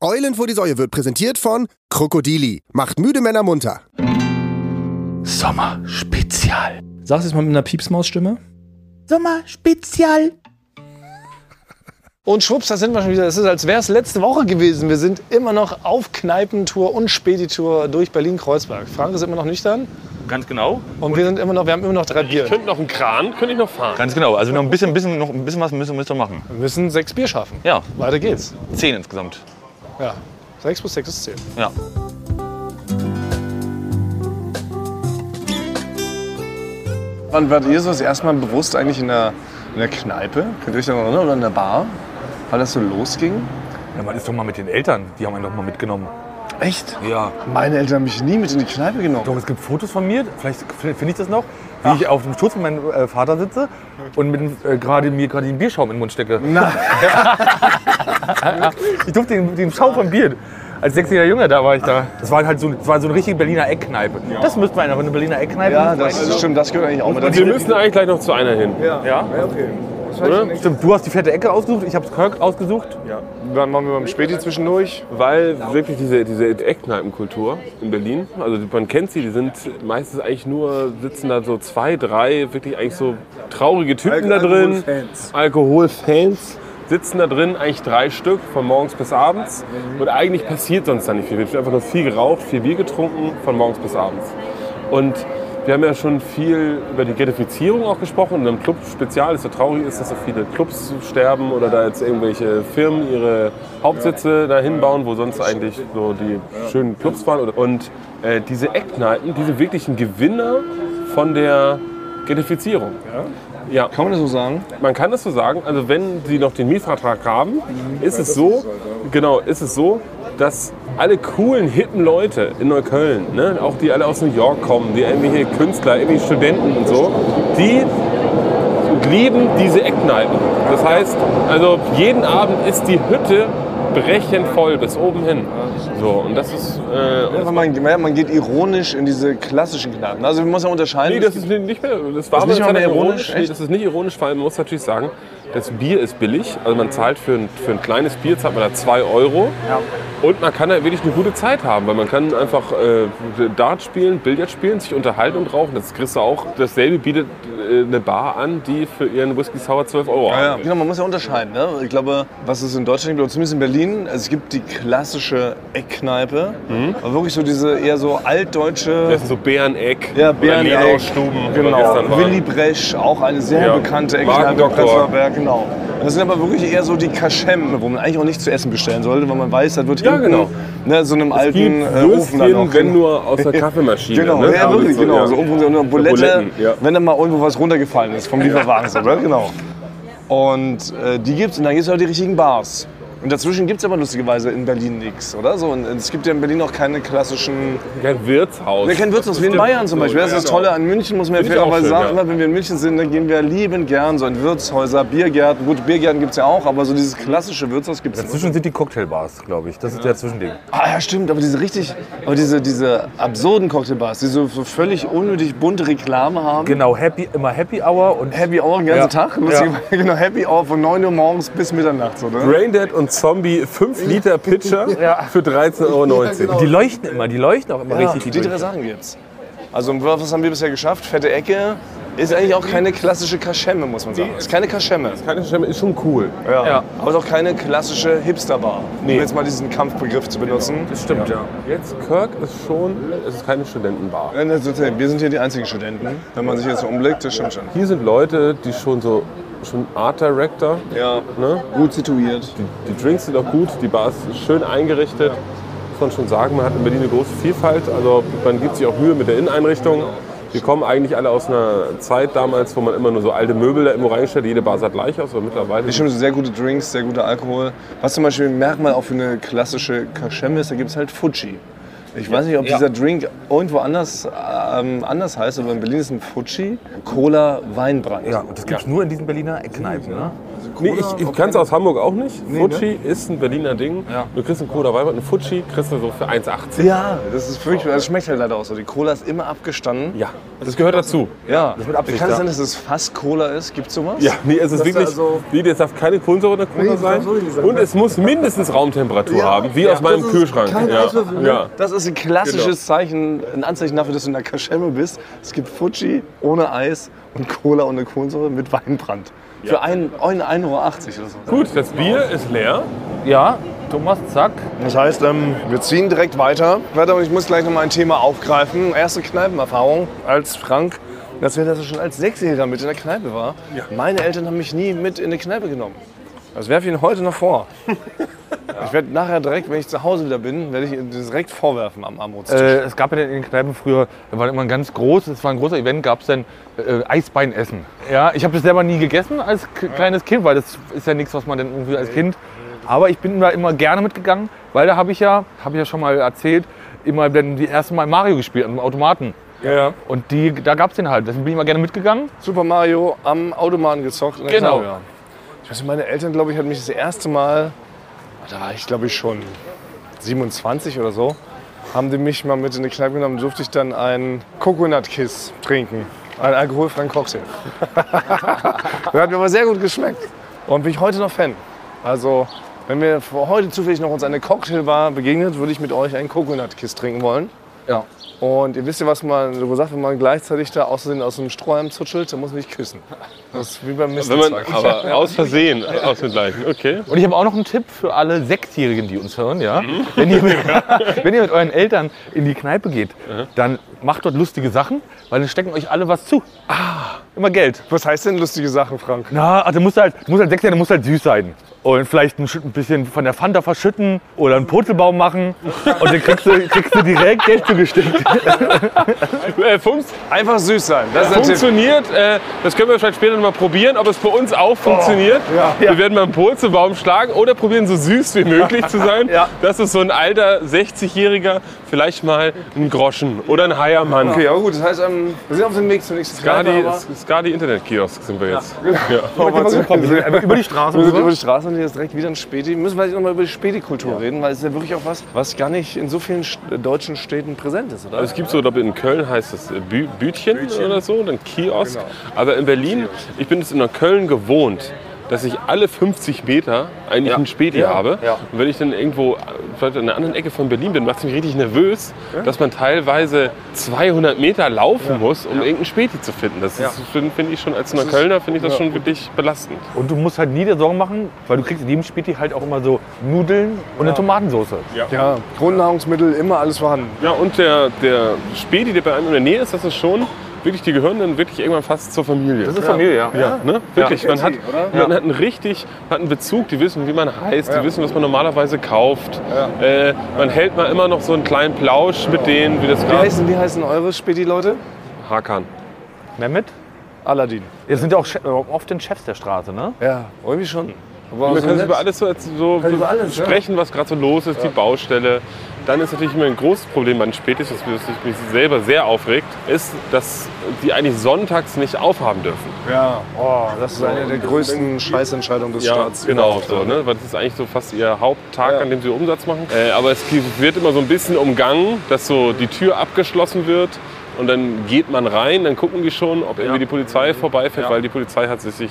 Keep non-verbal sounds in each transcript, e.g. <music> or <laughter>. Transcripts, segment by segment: Eulen vor die Säue wird präsentiert von Krokodili. Macht müde Männer munter. Sommerspezial. Sag's jetzt mal mit einer Piepsmausstimme. Sommerspezial. Und schwupps, da sind wir schon wieder. Es ist, als wäre es letzte Woche gewesen. Wir sind immer noch auf Kneipentour und Spätitour durch Berlin-Kreuzberg. Frank ist immer noch nüchtern Ganz genau. und wir sind immer noch, wir haben immer noch drei Bier. Könnte noch einen Kran, könnte ich noch fahren. Ganz genau. Also noch ein bisschen, bisschen, noch ein bisschen was müssen wir noch machen. Wir müssen sechs Bier schaffen. Ja, Weiter geht's. zehn insgesamt. Ja. Sechs plus sechs ist zehn. Ja. Wann wart ihr so das erste Mal bewusst eigentlich in der, in der Kneipe? Könnt ihr euch da noch erinnern? Oder in der Bar? Weil das so losging? ja. Man ist doch mal mit den Eltern. Die haben einen doch mal mitgenommen. Echt? Ja. Meine Eltern haben mich nie mit in die Kneipe genommen. Doch, es gibt Fotos von mir, vielleicht finde ich das noch, wie ich auf dem Schoß von meinem äh, Vater sitze und mit, dem, äh, gerade, mir gerade den Bierschaum in den Mund stecke. Nein. <laughs> ich durfte den, den Schaum vom Bier. Als sechsjähriger Junge, da war ich da. Das war halt so, das war so eine richtige Berliner Eckkneipe. Das müsste man aber eine Berliner Eckkneipe. Ja, das stimmt, das gehört eigentlich auch mit Wir müssen eigentlich gleich noch zu einer hin. Stimmt, du hast die fette Ecke ausgesucht, ich habe Kirk ausgesucht. Wann waren wir beim Späti zwischendurch? Weil wirklich diese, diese Eckkneipenkultur in Berlin, also man kennt sie, die sind meistens eigentlich nur, sitzen da so zwei, drei wirklich eigentlich so traurige Typen da drin. Alkoholfans sitzen da drin, eigentlich drei Stück, von morgens bis abends. Und eigentlich passiert sonst da nicht viel. Es wird einfach nur viel geraucht, viel Bier getrunken, von morgens bis abends. Und wir haben ja schon viel über die Ghettoifizierung auch gesprochen. In einem Club spezial ist so traurig ist, dass so viele Clubs sterben oder da jetzt irgendwelche Firmen ihre Hauptsitze dahin bauen, wo sonst eigentlich so die schönen Clubs waren. Und äh, diese Eckkneipen, diese wirklichen Gewinner von der Ghettoifizierung. Ja. Kann man das so sagen? Man kann es so sagen, also wenn sie noch den Mietvertrag haben, ist es so, genau, ist es so, dass alle coolen, hippen Leute in Neukölln, ne, auch die alle aus New York kommen, die irgendwelche Künstler, irgendwelche Studenten und so, die lieben diese Eckkneipen. Das heißt, also jeden Abend ist die Hütte brechend voll bis oben hin. So, und das ist, äh, und Einfach Man, man geht ironisch in diese klassischen Kneipen. Also man muss ja unterscheiden. Nee, das ist nicht mehr. Das war Das ist nicht aber mehr jetzt ironisch, echt? Nee, das ist nicht ironisch, weil man muss natürlich sagen, das Bier ist billig. Also man zahlt für ein, für ein kleines Bier, zahlt man da 2 Euro. Und man kann da wirklich eine gute Zeit haben, weil man kann einfach äh, Dart spielen, Billard spielen, sich unterhalten und rauchen. Das kriegst du auch. Dasselbe bietet äh, eine Bar an, die für ihren Whisky Sour 12 Euro Ja, ja. anbietet. Genau, man muss ja unterscheiden. Ne? Ich glaube, was es in Deutschland gibt, oder zumindest in Berlin, also es gibt die klassische Eckkneipe, Mhm. aber wirklich so diese eher so altdeutsche Das ist so Bäreneck, Ja, oder Bäreneck. Lenau-Stuben, wo wir gestern Genau, waren. Willy Bresch, auch eine sehr Ja. bekannte Eckkneipe in Markendoktor. Prenzlauer Berg, genau. Das sind aber wirklich eher so die Kaschemmen, wo man eigentlich auch nicht zu essen bestellen sollte, weil man weiß, das wird Ja, hinten genau. ne, so einem alten Gibt äh, Ofen dann noch. Würstchen, wenn nur aus der Kaffeemaschine. Genau, ne? ja, Also wirklich, so, genau. ja. So irgendwo so eine Bulette, Buletten, ja. wenn da mal irgendwo was runtergefallen ist vom Lieferwagen, so, ne? genau. Und äh, die gibt's und dann gibt's auch die richtigen Bars. Und dazwischen gibt's aber lustigerweise in Berlin nichts, oder? So, und es gibt ja in Berlin auch keine klassischen. Kein Wirtshaus. Wir kennen Wirtshaus wie in Stimmt. Bayern zum Beispiel. So, Das ja, ist das genau. Tolle an München, muss man ja Finde ich auch fairerweise schön, sagen. ja. Immer wenn wir in München sind, dann gehen wir liebend gern so in Wirtshäuser, Biergärten. Gut, Biergärten gibt's ja auch, aber so dieses klassische Wirtshaus gibt's nicht. Dazwischen sind die Cocktailbars, glaube ich. Das ist der Zwischending. Ah ja, stimmt, aber diese richtig, aber diese, diese absurden Cocktailbars, die so, so völlig unnötig bunte Reklame haben. Genau, happy, immer Happy Hour und Happy Hour den ganzen Ja. Tag? Ja. Lustigerweise, <laughs> Genau, Happy Hour von 9 Uhr morgens bis Mitternacht, ne? oder? Braindead und Zombie 5 Liter Pitcher für 13,19 Euro. die leuchten immer, die leuchten auch immer richtig. die drei durch. Sachen gibt's. Also was haben wir bisher geschafft? Fette Ecke ist eigentlich auch keine klassische Kaschemme, muss man sagen. Ist keine Kaschemme. Keine Stimme ist schon cool. Ja. Aber ist auch keine klassische Hipsterbar, um jetzt mal diesen Kampfbegriff zu benutzen. genau. Das stimmt, ja. Jetzt Kirk ist schon, es ist keine Studentenbar. Nein, das ist okay. Wir sind hier die einzigen Studenten, wenn man sich jetzt so umblickt, das stimmt schon. Hier sind Leute, die schon so schon Art Director. Ja, Ne? gut situiert. Die Drinks sind auch gut, die Bar ist schön eingerichtet. Muss man schon sagen, man hat in Berlin eine große Vielfalt. Also man gibt sich auch Mühe mit der Inneneinrichtung. Wir kommen eigentlich alle aus einer Zeit damals, wo man immer nur so alte Möbel da irgendwo reingestellt hat. Jede Bar sah gleich aus, aber mittlerweile. Bestimmt sehr gute Drinks, sehr guter Alkohol. Was zum Beispiel ein Merkmal auch für eine klassische Kaschemme ist, da gibt es halt Fuji. Ich weiß nicht, ob dieser Drink irgendwo anders, ähm, anders heißt, aber in Berlin ist ein Fuji Cola Weinbrand. Ja, und das gibt es nur in diesen Berliner Eckkneipen, ne? Nee, ich, ich kann es aus Hamburg auch nicht. Nee, ne? Fuji ist ein Berliner Ding. Ja. Du kriegst einen Cola Weiber, einen Fuji kriegst du so für 1,80. Ja, das ist furchtbar. Das schmeckt halt leider auch so. Die Cola ist immer abgestanden. Ja, das gehört dazu. Ja. Das mit Absicht, Kann ja. es sein, dass es fast Cola ist? Gibt's sowas? Ja, nee, es ist Dass wirklich. da so- nee, das darf keine Kohlensäure in der Cola also- das darf sein. wirklich nicht sein. Und es muss mindestens Raumtemperatur haben, wie aus meinem Kühlschrank. Ja. ja. Das ist ein klassisches Zeichen, ein Anzeichen dafür, dass du in der Kaschemme bist. Es gibt Fuji ohne Eis und Cola ohne Kohlensäure mit Weinbrand. Für ein- 1,80 Euro oder so. Gut, das Bier ist leer. Ja, Thomas, zack. Das heißt, ähm, wir ziehen direkt weiter. Warte, und ich muss gleich noch mal ein Thema aufgreifen. Erste Kneipenerfahrung als Frank. Das wäre, dass er schon als Sechsjähriger mit in der Kneipe war. Meine Eltern haben mich nie mit in die Kneipe genommen. Das werfe ich Ihnen heute noch <laughs> vor. Ich werde nachher direkt, wenn ich zu Hause wieder bin, werde ich Ihnen das direkt vorwerfen am Armutstisch. Äh, es gab ja in den Kneipen früher, da war immer ein ganz groß, es war ein großer Event, gab es dann äh, Eisbeinessen. Ja, ich habe das selber nie gegessen als k- kleines Kind, weil das ist ja nichts, was man dann irgendwie als Kind. Aber ich bin da immer gerne mitgegangen, weil da habe ich ja, habe ich ja schon mal erzählt, immer dann die ersten Mal Mario gespielt am Automaten. Ja. Und die, da gab es den halt. Deswegen bin ich immer gerne mitgegangen. Super Mario am Automaten gezockt. in der Genau. Kneipe. Ich weiß nicht, meine Eltern, glaube ich, hatten mich das erste Mal, ah, da war ich, glaube ich, schon 27 oder so, haben die mich mal mit in die Kneipe genommen, durfte ich dann einen Coconut Kiss trinken. Einen alkoholfreien Cocktail. <laughs> Der hat mir aber sehr gut geschmeckt. Und bin ich heute noch Fan. Also, wenn wir heute zufällig noch uns eine Cocktailbar begegnet, würde ich mit euch einen Coconut Kiss trinken wollen. Ja. Und ihr wisst ja, was man so sagt, wenn man gleichzeitig da außerdem aus dem Strohhalm zutschelt, dann muss man nicht küssen. Das ist wie beim Wenn man, Mistelzweig. aber aus <laughs> Versehen, aus dem gleichen. Okay. Und ich habe auch noch einen Tipp für alle Sechsjährigen, die uns hören. Ja? Wenn, ihr mit, <laughs> wenn ihr mit euren Eltern in die Kneipe geht, dann macht dort lustige Sachen, weil dann stecken euch alle was zu. Ah, immer Geld. Was heißt denn lustige Sachen, Frank? Na, also musst du halt, du musst halt sechs sein, du musst halt süß sein. Und vielleicht ein, Schü- ein bisschen von der Fanta verschütten oder einen Purzelbaum machen. Und dann kriegst du, kriegst du direkt Geld zugesteckt. Äh, Funks, Einfach süß sein. Das ist der Tipp. funktioniert. Äh, das können wir vielleicht später noch mal probieren, ob es bei uns auch funktioniert. Oh, Wir werden mal einen Purzelbaum schlagen oder probieren, so süß wie möglich zu <laughs> sein. Dass es so ein alter 60-Jähriger vielleicht mal einen Groschen oder einen Heiermann. Okay, ja gut, das heißt, ähm, wir sind auf dem Weg zur nächsten Kneipe. Skadi, aber- Skadi Internetkiosk sind wir jetzt. Oh, aber zu- wir sind Über die Straße. über die Straße und hier ist direkt wieder ein Späti. Wir müssen vielleicht noch mal über die Späti-Kultur reden, weil es ist ja wirklich auch was, was gar nicht in so vielen St- äh, deutschen Städten präsent ist, oder? Also es gibt so, glaube ich, in Köln heißt es äh, Bü Bütchen, Genau. oder so, dann Kiosk. Aber in Berlin, ich bin es in Köln gewohnt, dass ich alle 50 Meter eigentlich einen Späti habe. Und wenn ich dann irgendwo äh, vielleicht in einer anderen Ecke von Berlin bin, macht es mich richtig nervös, dass man teilweise 200 Meter laufen muss, um irgendeinen Späti zu finden. Das ist- finde find ich schon, als einer Kölner finde ich das schon wirklich belastend. Und du musst halt nie dir Sorgen machen, weil du kriegst in jedem Späti halt auch immer so Nudeln und eine Tomatensoße. ja, Grundnahrungsmittel, immer alles vorhanden. Ja, und der, der Späti, der bei einem in der Nähe ist, das ist schon wirklich, die gehören dann wirklich irgendwann fast zur Familie. Das ist Familie, ja. Ja, ne? Wirklich. Man, hat, man hat einen richtig, hat einen Bezug, die wissen, wie man heißt, die wissen, was man normalerweise kauft. Äh, man hält mal immer noch so einen kleinen Plausch mit denen, wie das Wie gerade. heißen, wie heißen eure Späti-Leute? Hakan. Mehmet? Aladdin. Ihr sind ja auch Che- äh, oft den Chefs der Straße, ne? Ja, irgendwie schon. Aber Man so kann nett. über alles so, so über alles, ja. sprechen, was gerade so los ist, die Baustelle. Dann ist natürlich immer ein großes Problem bei den Spätis, das mich das mich selber sehr aufregt, ist, dass die eigentlich sonntags nicht aufhaben dürfen. Ja, oh, das ist eine der größten Scheißentscheidungen des Ja, Staats. genau so. Ne? Weil das ist eigentlich so fast ihr Haupttag, an dem sie Umsatz machen. Äh, aber es ge- wird immer so ein bisschen umgangen, dass so die Tür abgeschlossen wird und dann geht man rein, dann gucken die schon, ob irgendwie die Polizei Mhm. vorbeifährt, weil die Polizei hat es sich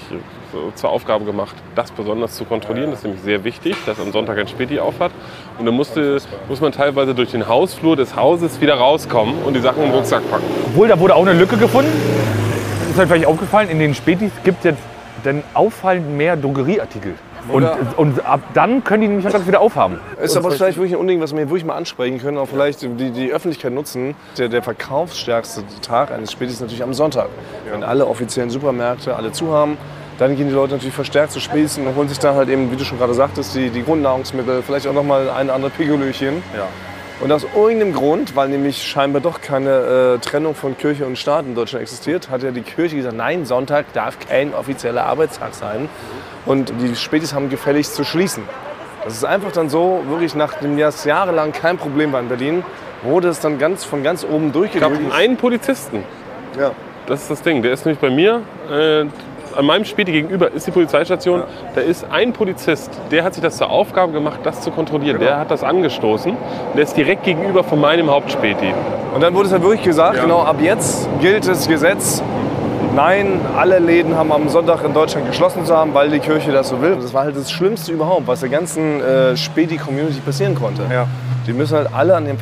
so zur Aufgabe gemacht, das besonders zu kontrollieren. Das ist nämlich sehr wichtig, dass am Sonntag ein Späti auf hat. Und dann musste, muss man teilweise durch den Hausflur des Hauses wieder rauskommen und die Sachen in den Rucksack packen. Obwohl, da wurde auch eine Lücke gefunden. Ist euch vielleicht aufgefallen, in den Spätis gibt es jetzt dann auffallend mehr Drogerieartikel. Und, und ab dann können die nämlich sonntags wieder aufhaben. Ist aber vielleicht wirklich ein Unding, was wir hier wirklich mal ansprechen können, auch vielleicht die, die Öffentlichkeit nutzen. Der, der verkaufsstärkste Tag eines Spätis ist natürlich am Sonntag. Wenn alle offiziellen Supermärkte alle zu haben, dann gehen die Leute natürlich verstärkt zu Spätis und holen sich dann halt eben, wie du schon gerade sagtest, die, die Grundnahrungsmittel, vielleicht auch nochmal ein andere Pigolöchen. Und aus irgendeinem Grund, weil nämlich scheinbar doch keine äh, Trennung von Kirche und Staat in Deutschland existiert, hat ja die Kirche gesagt, nein, Sonntag darf kein offizieller Arbeitstag sein. Und die Spätis haben gefälligst zu schließen. Das ist einfach dann so, wirklich nachdem das jahrelang kein Problem war in Berlin, wurde es dann ganz von ganz oben Es gab durchgedrückt. einen Polizisten. Ja. Das ist das Ding. Der ist nämlich bei mir äh, an meinem Späti gegenüber ist die Polizeistation. Da ist ein Polizist, der hat sich das zur Aufgabe gemacht, das zu kontrollieren. Der hat das angestoßen. Und Der ist direkt gegenüber von meinem Hauptspäti. Und dann wurde es ja wirklich gesagt, Ja. genau, ab jetzt gilt das Gesetz. Nein, alle Läden haben am Sonntag in Deutschland geschlossen zu haben, weil die Kirche das so will. Das war halt das Schlimmste überhaupt, was der ganzen äh, Späti-Community passieren konnte. Die müssen halt alle an dem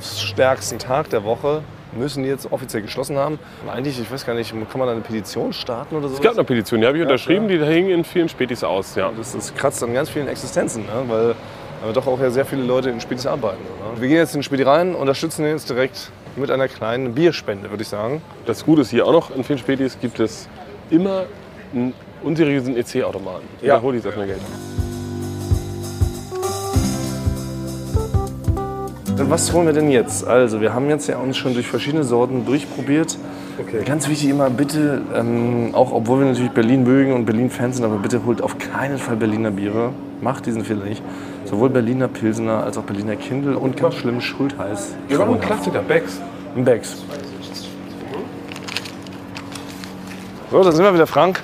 verkaufsstärksten Tag der Woche müssen die jetzt offiziell geschlossen haben. Und eigentlich, ich weiß gar nicht, kann man da eine Petition starten oder so? Es gab eine Petition, die habe ich unterschrieben, die hing in vielen Spätis aus. Ja. Das, das kratzt an ganz vielen Existenzen, ne? weil aber doch auch ja sehr viele Leute in Spätis arbeiten. Oder? Wir gehen jetzt in den Späti rein, unterstützen den jetzt direkt mit einer kleinen Bierspende, würde ich sagen. Das Gute ist hier auch noch, in vielen Spätis gibt es immer einen unseriösen EC-Automaten. Ja. Da hol ich das mal Geld. Dann was holen wir denn jetzt? Also, wir haben jetzt ja uns schon durch verschiedene Sorten durchprobiert. Ganz wichtig immer, bitte, ähm, auch obwohl wir natürlich Berlin mögen und Berlin-Fans sind, aber bitte holt auf keinen Fall Berliner Biere. Macht diesen Fehler nicht. Sowohl Berliner Pilsener als auch Berliner Kindle und ganz schlimm Schultheiß. Wir machen einen Klassiker, Becks. Ein Becks. So, dann sind wir wieder, Frank.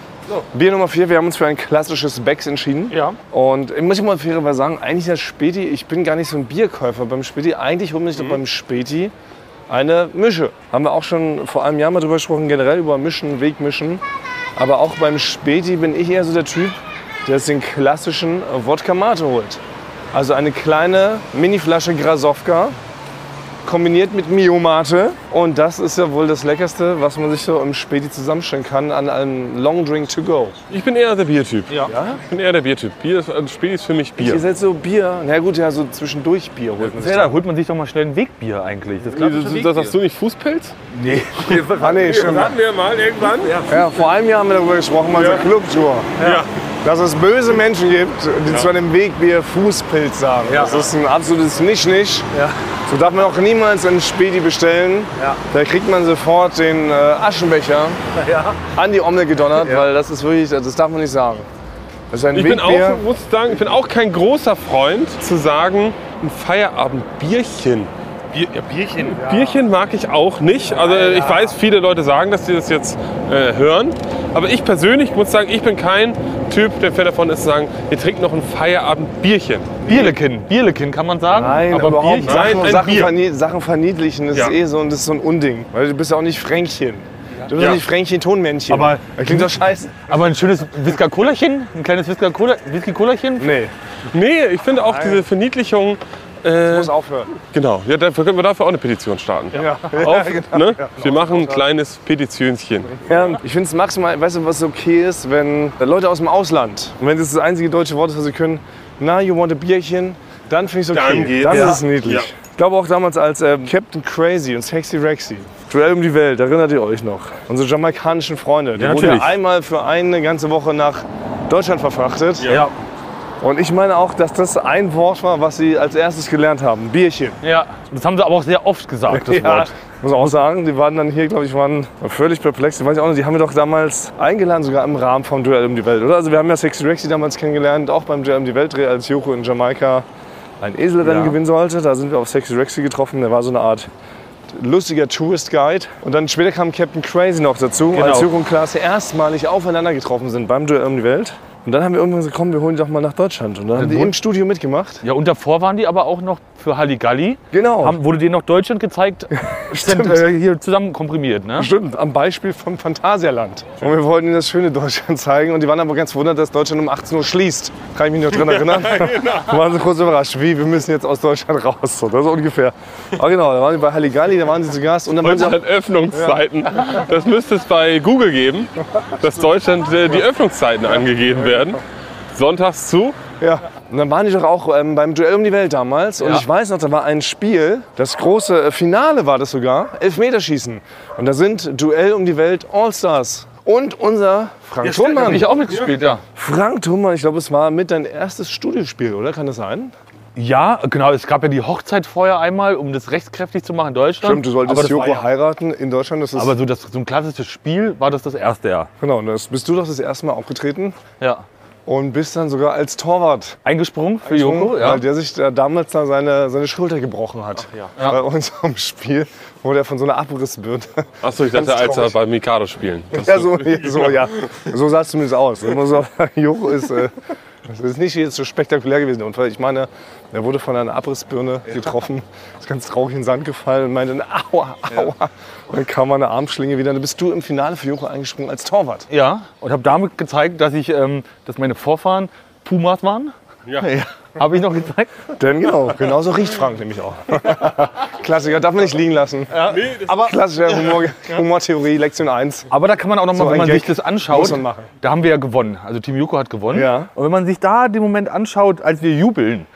Bier Nummer 4, wir haben uns für ein klassisches Becks entschieden. Ja. Und ich muss ich mal fairerweise sagen, eigentlich das Späti, ich bin gar nicht so ein Bierkäufer beim Späti. Eigentlich hole ich doch beim Späti eine Mische. Haben wir auch schon vor einem Jahr mal drüber gesprochen, generell über Mischen, Wegmischen. Aber auch beim Späti bin ich eher so der Typ, der es den klassischen äh, Wodka Mate holt. Also eine kleine Mini-Flasche Grasowka kombiniert mit Mio-Mate. Und das ist ja wohl das Leckerste, was man sich so im Späti zusammenstellen kann an einem Long Drink to go. Ich bin eher der Biertyp. Ja? Ich bin eher der Biertyp. Bier ist, also Späti ist für mich Ihr Bier. seid so Bier, na gut, ja, so zwischendurch Bier holt man sich. Ja, da holt man sich doch mal schnell ein Wegbier eigentlich. Das klassische Das, das hast du nicht Fußpilz? Ah, nee, stimmt. wir mal irgendwann. Ja, vor einem Jahr haben wir darüber gesprochen, bei unserer Clubtour. Dass es böse Menschen gibt, die zu einem Wegbier Fußpilz sagen. Das ist ein absolutes Nicht-Nicht. So darf man auch niemals einen Späti bestellen. Da kriegt man sofort den äh, Aschenbecher an die Omne gedonnert, weil das ist wirklich, das darf man nicht sagen. Das ist ein Ich bin Wegbier. auch, muss sagen, ich bin auch kein großer Freund zu sagen, ein Feierabendbierchen. Bier, ja, Bierchen. Bierchen mag ich auch nicht. Also ich weiß, viele Leute sagen, dass sie das jetzt äh, hören. Aber ich persönlich muss sagen, ich bin kein Typ, der Fan davon ist zu sagen, ihr trinkt noch ein Feierabendbierchen. Bierlekin. Bierlekin kann man sagen. Nein, aber aber überhaupt Bierchen. Sachen, Nein, ein Sachen, Bier. vernie Sachen verniedlichen, das Ja. ist eh so, und das ist so ein Unding. Weil du bist ja auch nicht Fränkchen. Du bist ja. Ja. nicht Fränkchen Tonmännchen. Aber- das klingt doch scheiße. Aber ein schönes Whisky-Colachen? Ein kleines Whisky-Cola- Whisky-Colachen? Nee, Nee, ich finde auch diese Verniedlichung. muss aufhören. Genau, ja, dafür können wir dafür auch eine Petition starten. Ja. Auf, ne? Wir machen ein kleines Petitionchen. Ja, ich finde es maximal, weißt du, was okay ist, wenn Leute aus dem Ausland, und wenn das das einzige deutsche Wort ist, was sie können, na, you want a Bierchen, dann finde ich es Dann okay. geht's. Das Ja. ist niedlich. Ja. Ich glaube auch damals als ähm, Captain Crazy und Sexy Rexy. Duell um die Welt, erinnert ihr euch noch? Unsere jamaikanischen Freunde, die Ja, wurden natürlich. einmal für eine ganze Woche nach Deutschland verfrachtet. Ja. Und ich meine auch, dass das ein Wort war, was sie als erstes gelernt haben. Bierchen. Ja, das haben sie aber auch sehr oft gesagt, das <laughs> Ja. Wort. Muss auch sagen, die waren dann hier, glaube ich, waren völlig perplex. Ich weiß auch nicht, die haben wir doch damals eingeladen, sogar im Rahmen vom Duell um die Welt, oder? Also wir haben ja Sexy Rexy damals kennengelernt, auch beim Duell um die Welt Dreh, als Joko in Jamaika ein Eselrennen gewinnen sollte. Da sind wir auf Sexy Rexy getroffen. Der war so eine Art lustiger Tourist Guide. Und dann später kam Captain Crazy noch dazu, als Joko und Klaas erstmalig aufeinander getroffen sind beim Duell um die Welt. Und dann haben wir irgendwann gesagt, komm, wir holen die doch mal nach Deutschland. Und dann haben die im Studio mitgemacht. Ja, und davor waren die aber auch noch für Halligalli. Genau. Haben, wurde denen noch Deutschland <laughs> gezeigt, sind, äh, hier zusammen komprimiert, ne? Stimmt, am Beispiel vom Phantasialand. Und wir wollten ihnen das schöne Deutschland zeigen und die waren aber ganz wundert, dass Deutschland um 18 Uhr schließt. Kann ich mich noch <laughs> dran erinnern? Da waren sie kurz überrascht, wie, wir müssen jetzt aus Deutschland raus. So, das ist ungefähr. Aber genau, da waren die bei Halligalli, da waren sie zu Gast und dann waren sie auch, Deutschland Öffnungszeiten. Das müsste es bei Google geben, dass Deutschland äh, die Öffnungszeiten angegeben werden. Sonntags zu. ja. und dann waren die doch auch ähm, beim Duell um die Welt damals und ich weiß noch, da war ein Spiel, das große äh, Finale war das sogar, Elfmeterschießen. Und da sind Duell um die Welt Allstars. Und unser Frank Da hab Thunmann. ich auch mitgespielt, ja. Frank Thunmann, ich glaube, es war mit dein erstes Studiospiel, oder? Kann das sein? Ja, genau. Es gab ja die Hochzeit vorher einmal, um das rechtskräftig zu machen in Deutschland. Stimmt, du solltest aber das Joko war ja, heiraten in Deutschland. Das ist, Aber so, das, so ein klassisches Spiel war das das erste, ja. genau, das bist du doch das erste Mal aufgetreten. ja. Und bist dann sogar als Torwart Eingesprungen für Joko, ja. weil der sich da damals da seine, seine Schulter gebrochen hat. Bei unserem Spiel wurde er von so einer Abrissbirne. Achso, ich Ganz dachte, als er traurig. bei Mikado spielen. <laughs> Ja, so, so, ja. so sah es zumindest aus. Immer so, Joch ist, äh, das ist nicht jetzt so spektakulär gewesen. Der Unfall. Ich meine, er wurde von einer Abrissbirne getroffen, ist ganz traurig in den Sand gefallen und meinte, aua, aua. Und dann kam mal eine Armschlinge wieder. Und dann bist du im Finale für Joch eingesprungen als Torwart. Ja, und habe damit gezeigt, dass ich, ähm, dass meine Vorfahren Pumas waren. <laughs> Ja. Habe ich noch gezeigt. Denn genau, genauso riecht Frank nämlich <laughs> auch. Klassiker, darf man nicht liegen lassen. Aber klassischer Humor, Humortheorie, Lektion 1. Aber da kann man auch noch mal, So ein wenn man Gag sich das anschaut, muss man machen. da haben wir ja gewonnen. Also Team Joko hat gewonnen. Ja. Und wenn man sich da den Moment anschaut, als wir jubeln,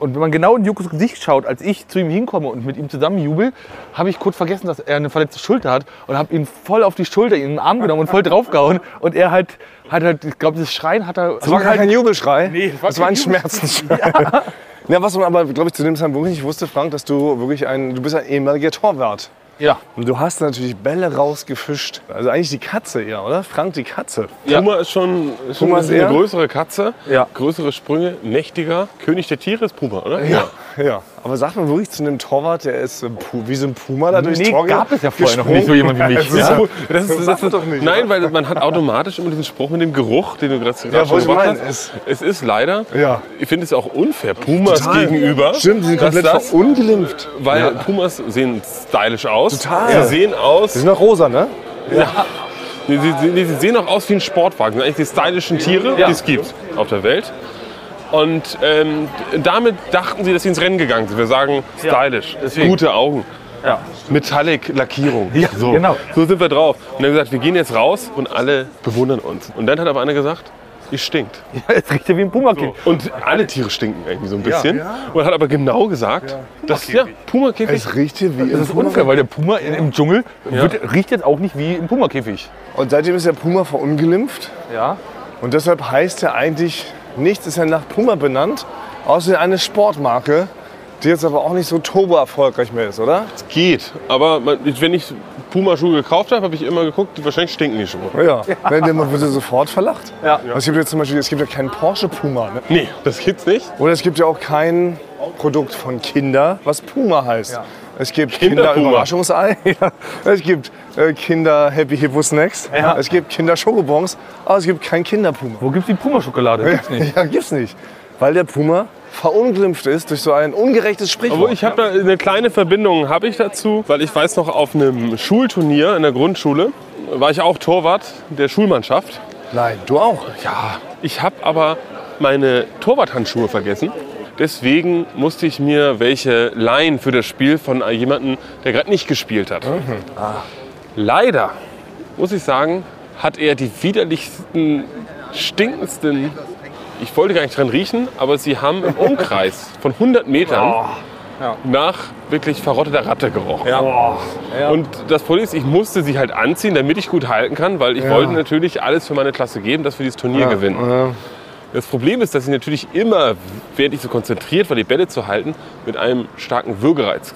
und wenn man genau in Jokos Gesicht schaut, als ich zu ihm hinkomme und mit ihm zusammen jubel, habe ich kurz vergessen, dass er eine verletzte Schulter hat und habe ihn voll auf die Schulter, ihn in den Arm genommen und voll draufgehauen. Und er halt, hat halt, ich glaube, das Schreien hat er. Das war gar halt, kein Jubelschrei. Nee, das das war, war kein ein Schmerzensschrei. <laughs> Ja, was man aber, glaube ich, zu dem Zeitpunkt nicht wusste, Frank, dass du wirklich ein, du bist ein ehemaliger Torwart. ja. <laughs> Und du hast natürlich Bälle rausgefischt. Also eigentlich die Katze eher, oder? Frank, die Katze. Ja. Puma ist schon, ist schon Puma ist eher- eine größere Katze, Ja. größere Sprünge, mächtiger. König der Tiere ist Puma, oder? Ja. Ja. Aber sagt man wirklich zu einem Torwart, der ist äh, Pu- wie so ein Puma da durchs Nee, Tor gab es ja vorher noch nicht so jemand wie mich. Ja. Ja. So, Das ist, das sagt man ist, doch nicht. Nein, weil man hat automatisch immer diesen Spruch mit dem Geruch, den du gerade Ja, gerade wo schon ich gemacht meine, hast. ist. Es ist leider, Ja. ich finde es auch unfair, Pumas gegenüber. Stimmt, die sind dass komplett das, verunglimpft. Weil Pumas sehen stylisch aus. Total. Sie sehen aus, Die sind noch rosa, ne? Nee, sie, sie, nee, sie sehen auch aus wie ein Sportwagen. Das sind eigentlich die stylischen Tiere, die es gibt auf der Welt. Und ähm, damit dachten sie, dass sie ins Rennen gegangen sind. Wir sagen stylisch, gute Augen. Metallic-Lackierung. so. genau. so sind wir drauf. Und dann gesagt, wir gehen jetzt raus und alle bewundern uns. Und dann hat aber einer gesagt, ihr stinkt. Es riecht ja wie ein Puma-Kind. Und alle Tiere stinken irgendwie so ein bisschen. Und hat aber genau gesagt, dass ja, Puma-Käfig Es riecht hier wie Das ist unfair, weil der Puma in, im Dschungel wird, riecht jetzt auch nicht wie im Puma-Käfig. Und seitdem ist der Puma verunglimpft. Ja. Und deshalb heißt er eigentlich, nichts ist ja nach Puma benannt, außer eine Sportmarke, die jetzt aber auch nicht so turbo erfolgreich mehr ist, oder? geht. Aber man, wenn ich Puma-Schuhe gekauft habe, habe ich immer geguckt, wahrscheinlich stinken die Schuhe. Ja. Wenn der man wird er sofort verlacht. Ja. Also Es gibt ja zum Beispiel, es gibt ja keinen Porsche Puma. Ne? Nee, das gibt's nicht. Oder es gibt ja auch kein Produkt von Kinder, was Puma heißt. Es gibt Kinder-Puma. Kinder-Überraschungsei, <laughs> ja. es gibt äh, Kinder-Happy-Hippo-Snacks, Ja. es gibt Kinder-Schokobons, aber es gibt kein Kinder-Puma. Wo gibt's die Puma-Schokolade? Gibt's nicht. Ja, gibt's nicht. Weil der Puma verunglimpft ist durch so ein ungerechtes Sprichwort. Obwohl, ich habe da eine kleine Verbindung habe ich dazu, weil ich weiß noch auf einem Schulturnier in der Grundschule war ich auch Torwart der Schulmannschaft. Nein, du auch. Ja, ich habe aber meine Torwarthandschuhe vergessen. Deswegen musste ich mir welche leihen für das Spiel von jemandem, der gerade nicht gespielt hat. Leider, muss ich sagen, hat er die widerlichsten, stinkendsten. Ich wollte gar nicht dran riechen, aber sie haben im Umkreis von 100 Metern nach wirklich verrotteter Ratte gerochen. Und das Problem ist, ich musste sie halt anziehen, damit ich gut halten kann, weil ich wollte natürlich alles für meine Klasse geben, dass wir dieses Turnier gewinnen. Das Problem ist, dass ich natürlich immer, während ich so konzentriert war, die Bälle zu halten, mit einem starken Würgereiz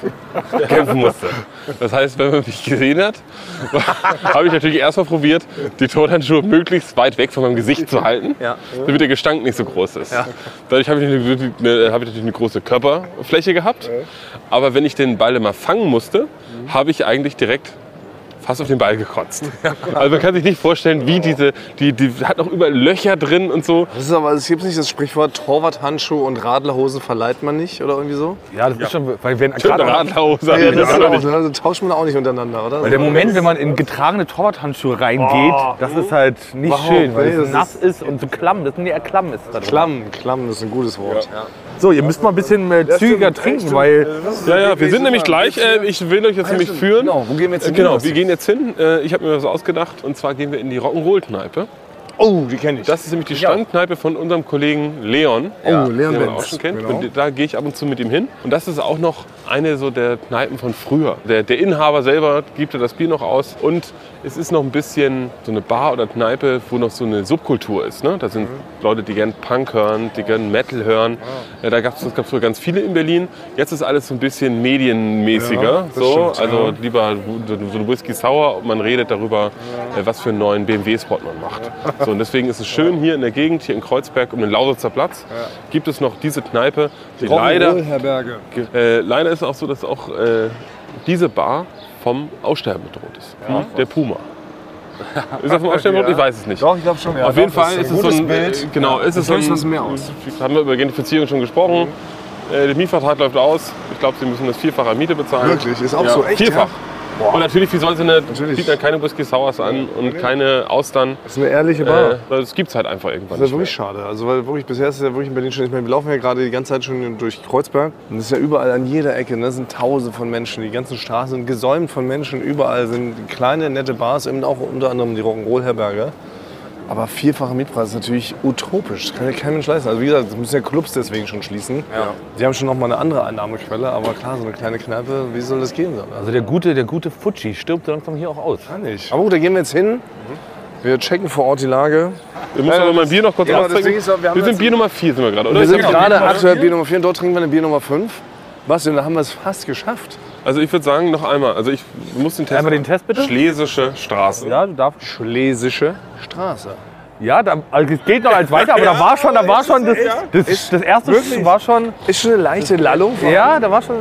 kämpfen musste. Das heißt, wenn man mich gesehen hat, <laughs> habe ich natürlich erstmal probiert, die Torhandschuhe möglichst weit weg von meinem Gesicht zu halten, damit der Gestank nicht so groß ist. Dadurch habe ich, natürlich eine, habe ich natürlich eine große Körperfläche gehabt. Aber wenn ich den Ball immer fangen musste, habe ich eigentlich direkt fast auf den Ball gekotzt. Also man kann sich nicht vorstellen, wie diese, die, die hat noch überall Löcher drin und so. Das ist aber, es gibt nicht das Sprichwort, Torwarthandschuhe und Radlerhosen verleiht man nicht oder irgendwie so? Ja, das ist schon, weil wenn Stimmt, gerade Radlerhose hab ich auch ist noch auch nicht. so, also tauscht man auch nicht untereinander, oder? weil der Moment, wenn man in getragene Torwarthandschuhe reingeht, das ist halt nicht Überhaupt, schön, weil nee, es das nass ist und so klamm, das sind ja klamm ist da drin. Klamm, Klamm ist ein gutes Wort. So, ihr müsst mal ein bisschen äh, zügiger trinken, weil Ja, ja, wir sind nämlich gleich. Äh, ich will euch jetzt nämlich führen. Genau, wo gehen wir jetzt Äh, hin? Genau, wir gehen jetzt hin. Äh, ich habe mir was ausgedacht. Und zwar gehen wir in die Rock'n'Roll-Kneipe. Oh, die kenne ich. Das ist nämlich die Stammkneipe von unserem Kollegen Leon. oh, ja. Leon den man auch Benz. schon kennt. Genau. Und da gehe ich ab und zu mit ihm hin. Und das ist auch noch eine so der Kneipen von früher. Der, der Inhaber selber gibt ja das Bier noch aus. Und es ist noch ein bisschen so eine Bar oder Kneipe, wo noch so eine Subkultur ist. Ne? Da sind Mhm. Leute, die gern Punk hören, die gern Metal hören. Ah. Ja, da gab es gab's früher ganz viele in Berlin. Jetzt ist alles so ein bisschen medienmäßiger. so. also lieber so ein Whisky Sour und man redet darüber, äh, was für einen neuen BMW-Spot man macht. So, und deswegen ist es schön hier in der Gegend, hier in Kreuzberg um den Lausitzer Platz, gibt es noch diese Kneipe, die leider Herberge. Äh, leider ist es auch so, dass auch äh, diese Bar vom Aussterben bedroht ist. Der Puma. Ist er vom Aussterben bedroht? Ich weiß es nicht. Doch, ich glaube schon. Ja, Auf jeden Doch, Fall ist es so gutes ein äh, Bild. Genau, ist es so hilft ein, was mehr aus. Haben wir über Gentrifizierung schon gesprochen. Äh, der Mietvertrag läuft aus. Ich glaube, sie müssen das vierfache Miete bezahlen. Wirklich? Ist auch so? Echt, Vierfach. ja? Und natürlich, wie sonst eine, Natürlich. bieten dann keine Whisky Sours an und keine Austern. Das ist eine ehrliche Bar. Äh, das gibt es halt einfach irgendwann Das ist nicht ja mehr. wirklich schade. Also weil wirklich bisher ist es ja wirklich in Berlin schon. Ich meine, wir laufen ja gerade die ganze Zeit schon durch Kreuzberg. Und das ist ja überall an jeder Ecke. Ne? Das sind Tausende von Menschen. Die ganzen Straßen sind gesäumt von Menschen. Überall sind kleine nette Bars, eben auch unter anderem die Rock'n'Roll Herberge. Aber vierfacher Mietpreis ist natürlich utopisch. Das kann ja kein Mensch leisten. Also wie gesagt, es müssen ja Clubs deswegen schon schließen. Die haben schon noch mal eine andere Einnahmequelle. Aber klar, so eine kleine Kneipe, wie soll das gehen? Also Also der gute, der gute Futschi stirbt so langsam hier auch aus. gar nicht. Aber gut, da gehen wir jetzt hin. Wir checken vor Ort die Lage. Wir müssen Ja, aber das- mal Bier noch kurz Ja, aufzeigen. deswegen ist auch- wir haben wir sind jetzt- Bier Nummer 4 sind wir gerade. oder? Wir Ich sind glaub, gerade genau. Bier Nummer aktuell vier. Bier Nummer 4 und dort trinken wir eine Bier Nummer 5. Was denn, da haben wir es fast geschafft. Also ich würde sagen, noch einmal. Also ich muss den Test. Einmal den Test bitte. Schlesische Straße. Ja, du darfst. Schlesische Straße. Ja, da, also es geht noch als weiter, aber da war schon, da war schon das, das, das erste war schon. Ist schon eine leichte Lallung. Ja, da war schon.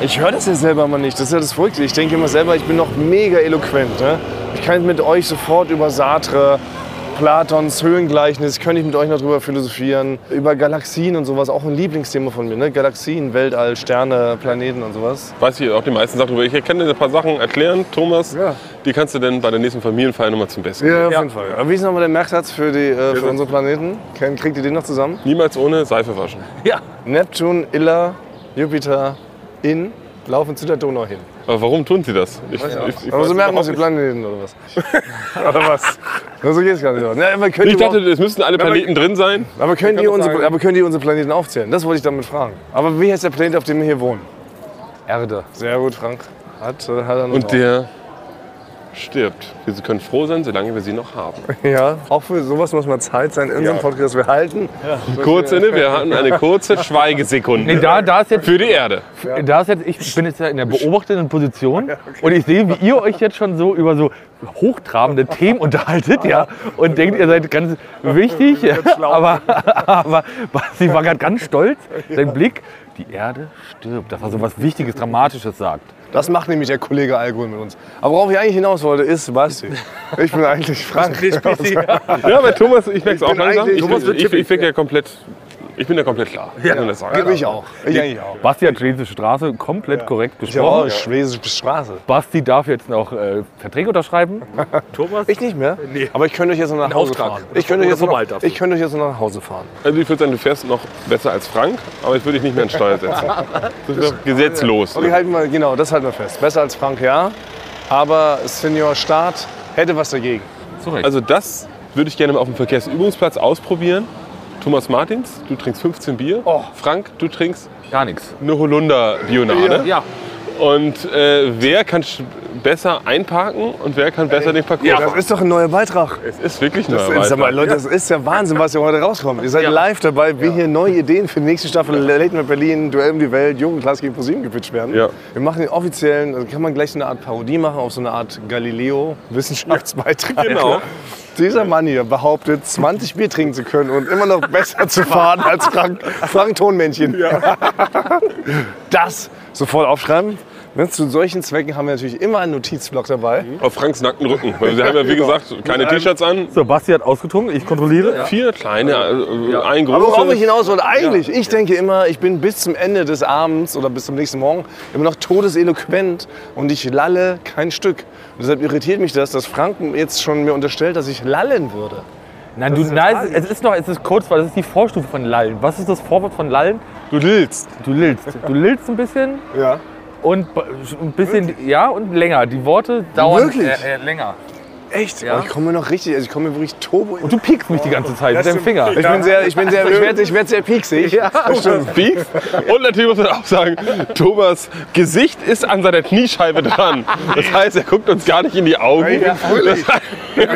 Ich höre das ja selber mal nicht. Das ist ja das Verrückte. Ich denke immer selber, ich bin noch mega eloquent. Ne? Ich kann mit euch sofort über Sartre, Platons Höhlengleichnis, könnte ich mit euch noch drüber philosophieren. Über Galaxien und sowas, auch ein Lieblingsthema von mir. Ne? Galaxien, Weltall, Sterne, Planeten und sowas. Weiß ich auch die meisten Sachen drüber. Ich kann dir ein paar Sachen erklären, Thomas. Ja. Die kannst du dann bei der nächsten Familienfeier nochmal zum Besten. Ja, auf jeden Fall. Aber wie ist nochmal der Merksatz für, die, äh, für unseren Planeten? Kriegt ihr den noch zusammen? Niemals ohne Seife waschen. Neptun, Iller, Jupiter, In laufen zu der Donau hin. Aber warum tun sie das? Ich, ich, ich Aber weiß so merken wir uns die überhaupt Planeten oder was? <laughs> oder was? Na, <laughs> so geht's gar nicht. Na, aber könnt nicht. ich ihr dachte, es müssten alle Planeten drin sein. aber könnt, ihr unsere, aber könnt ihr unsere Planeten aufzählen? Das wollte ich damit fragen. Aber wie heißt der Planet, auf dem wir hier wohnen? Erde. Sehr gut, Frank. Hat, äh, hat er noch Und der stirbt. Wir können froh sein, solange wir sie <laughs> noch haben. drauf. Ja, auch für sowas muss mal Zeit sein in unserem Podcast. Wir halten. Kurz inne, ne? wir hatten eine kurze <laughs> Schweigesekunde. Nee, da, da ist jetzt, Für die Erde. da ist jetzt, ich bin jetzt ja in der beobachtenden Position und ich sehe, wie ihr euch jetzt schon so über so hochtrabende Themen unterhaltet, ja, und denkt, ihr seid ganz wichtig, aber, <laughs> aber sie war gerade ganz stolz, sein Blick, die Erde stirbt, dass er so was Wichtiges, Dramatisches sagt. Das macht nämlich der Kollege Alkohol mit uns. Aber worauf ich eigentlich hinaus wollte, ist Sebastian. Ich bin eigentlich Frank. <laughs> Ja, bei Thomas, ich merke es auch bin langsam. eigentlich- Ich, Thomas ich, ich, ich, bin ja komplett, ich bin ja komplett klar. Ja, kann man das sagen. Ich auch. Ich eigentlich auch. Basti hat Schlesische Straße komplett korrekt Ja, gesprochen. Schwedische Straße. Basti darf jetzt noch äh, Verträge unterschreiben. Ich nicht mehr? Aber ich könnte euch jetzt noch nach Hause Auftrag. fahren. Ich könnte, euch Oder jetzt noch, Vorbehalt darfst ich könnte euch jetzt noch nach Hause fahren. Also ich würde sagen, du fährst noch besser als Frank, aber ich würde dich nicht mehr in Steuer <laughs> setzen. Das ist doch gesetzlos. Okay, halten wir, genau, das halten wir fest. Besser als Frank, ja. Aber Senior Staat hätte was dagegen. Also das würde ich gerne mal auf dem Verkehrsübungsplatz ausprobieren. Thomas Martins, du trinkst 15 Bier. Oh. Frank, du trinkst Gar nichts. eine Holunder-Bionade. Ja. Und äh, wer kann sch- besser einparken und wer kann besser den Parcours Das fahren? ist doch ein neuer Beitrag. Es ist wirklich Das neu. ist, sag mal, Leute, das ist ja Wahnsinn, was hier heute rauskommt. Ihr seid live dabei, wie hier neue Ideen für die nächste Staffel Late Night Berlin, Duell um die Welt, Jugendklasse gegen ProSieben gepitcht werden. Ja. Wir machen den offiziellen, also kann man gleich so eine Art Parodie machen auf so eine Art Galileo-Wissenschaftsbeitrag. Genau. <laughs> Dieser Mann hier behauptet, 20 Bier trinken zu können und immer noch besser zu fahren als Frank, Frank Tonmännchen. <laughs> Das sofort aufschreiben. Ne, Zu solchen Zwecken haben wir natürlich immer einen Notizblock dabei. Genau. Auf Franks nackten Rücken. Weil wir haben ja, wie Genau. gesagt, keine T-Shirts an. So, Basti hat ausgetrunken, ich kontrolliere. Vier kleine, äh, ein Aber worauf ich großes. hinaus wollte, eigentlich, ich denke immer, ich bin bis zum Ende des Abends oder bis zum nächsten Morgen immer noch todeseloquent und ich lalle kein Stück. Und deshalb irritiert mich das, dass Frank jetzt schon mir unterstellt, dass ich lallen würde. Nein, du, nein, es, es ist noch, es ist kurz, weil das ist die Vorstufe von Lallen. Was ist das Vorwort von Lallen? Du willst. Du lillst. Du lillst ein bisschen Ja. und b- ein bisschen, ja, und länger. Die Worte dauern Wirklich? Äh, äh, länger. Echt? Ja. Ich komme mir noch richtig, also ich komme mir wirklich turbo Und du piekst mich die ganze Zeit mit deinem Finger. Ich bin sehr, ich bin <laughs> sehr, ich werde, ich werde sehr pieksig. Das stimmt. Biegst. Und natürlich muss man auch sagen, Thomas Gesicht ist an seiner Kniescheibe dran. Das heißt, er guckt uns gar nicht in die Augen.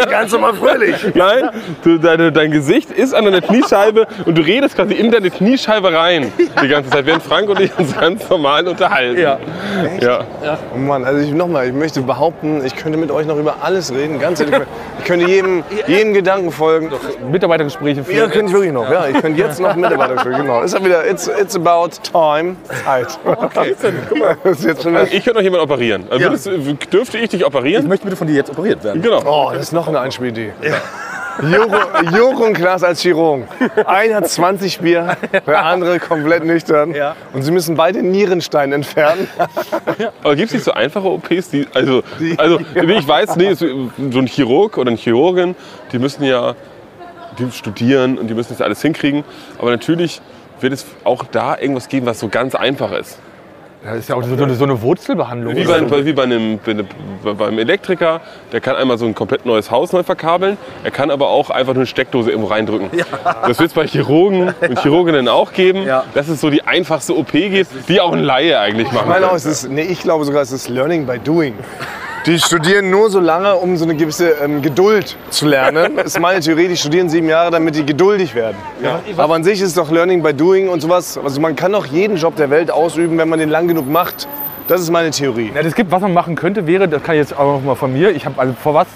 Ganz normal fröhlich. Nein, du, deine, dein Gesicht ist an deiner Kniescheibe und du redest quasi in deine Kniescheibe rein die ganze Zeit, während Frank und ich uns ganz normal unterhalten. Ja. ja. Oh Mann, also ich nochmal, ich möchte behaupten, ich könnte mit euch noch über alles reden, ganz ehrlich. Ich könnte jedem, jedem Gedanken folgen. Mitarbeitergespräche Ja, führen. könnte ich wirklich noch. Ja, ich könnte jetzt noch Mitarbeiter spielen. Genau. Ist ja wieder, it's, it's about time. Zeit. <laughs> Okay. Das ist jetzt schon das, Ich könnte noch jemanden operieren. Also würdest, dürfte ich dich Ich operieren? möchte bitte von dir jetzt operiert werden. Genau. oh, das ist noch eine Einspielidee. Juro- Jürgen Klaas als Chirurgen. Einer hat 20 Bier, der andere komplett nüchtern. Und sie müssen beide Nierenstein entfernen. Aber gibt es nicht so einfache OPs, die, also, <laughs> also ich weiß, nee, so so ein Chirurg oder eine Chirurgin, die müssen ja die studieren und die müssen das alles hinkriegen. Aber natürlich wird es auch da irgendwas geben, was so ganz einfach ist. Das ist ja auch so, so, eine, so eine Wurzelbehandlung. Also Wie, bei, wie bei, einem, bei einem- bei einem Elektriker, der kann einmal so ein komplett neues Haus neu verkabeln, er kann aber auch einfach nur eine Steckdose irgendwo reindrücken. Das wird es bei Chirurgen und Chirurginnen auch geben, Ja. dass es so die einfachste OP gibt, die auch ein Laie eigentlich machen Ich meine auch, kann. es ist, nee, ich glaube sogar, es ist Learning by Doing. Die studieren nur so lange, um so eine gewisse ähm, Geduld zu lernen. Das ist meine Theorie, die studieren sieben Jahre, damit die geduldig werden. Aber an sich ist es doch Learning by Doing und sowas. Also man kann doch jeden Job der Welt ausüben, wenn man den lang genug macht. Das ist meine Theorie. Ja, das gibt, was man machen könnte, wäre, das kann ich jetzt auch noch mal von mir. Ich habe also vor was?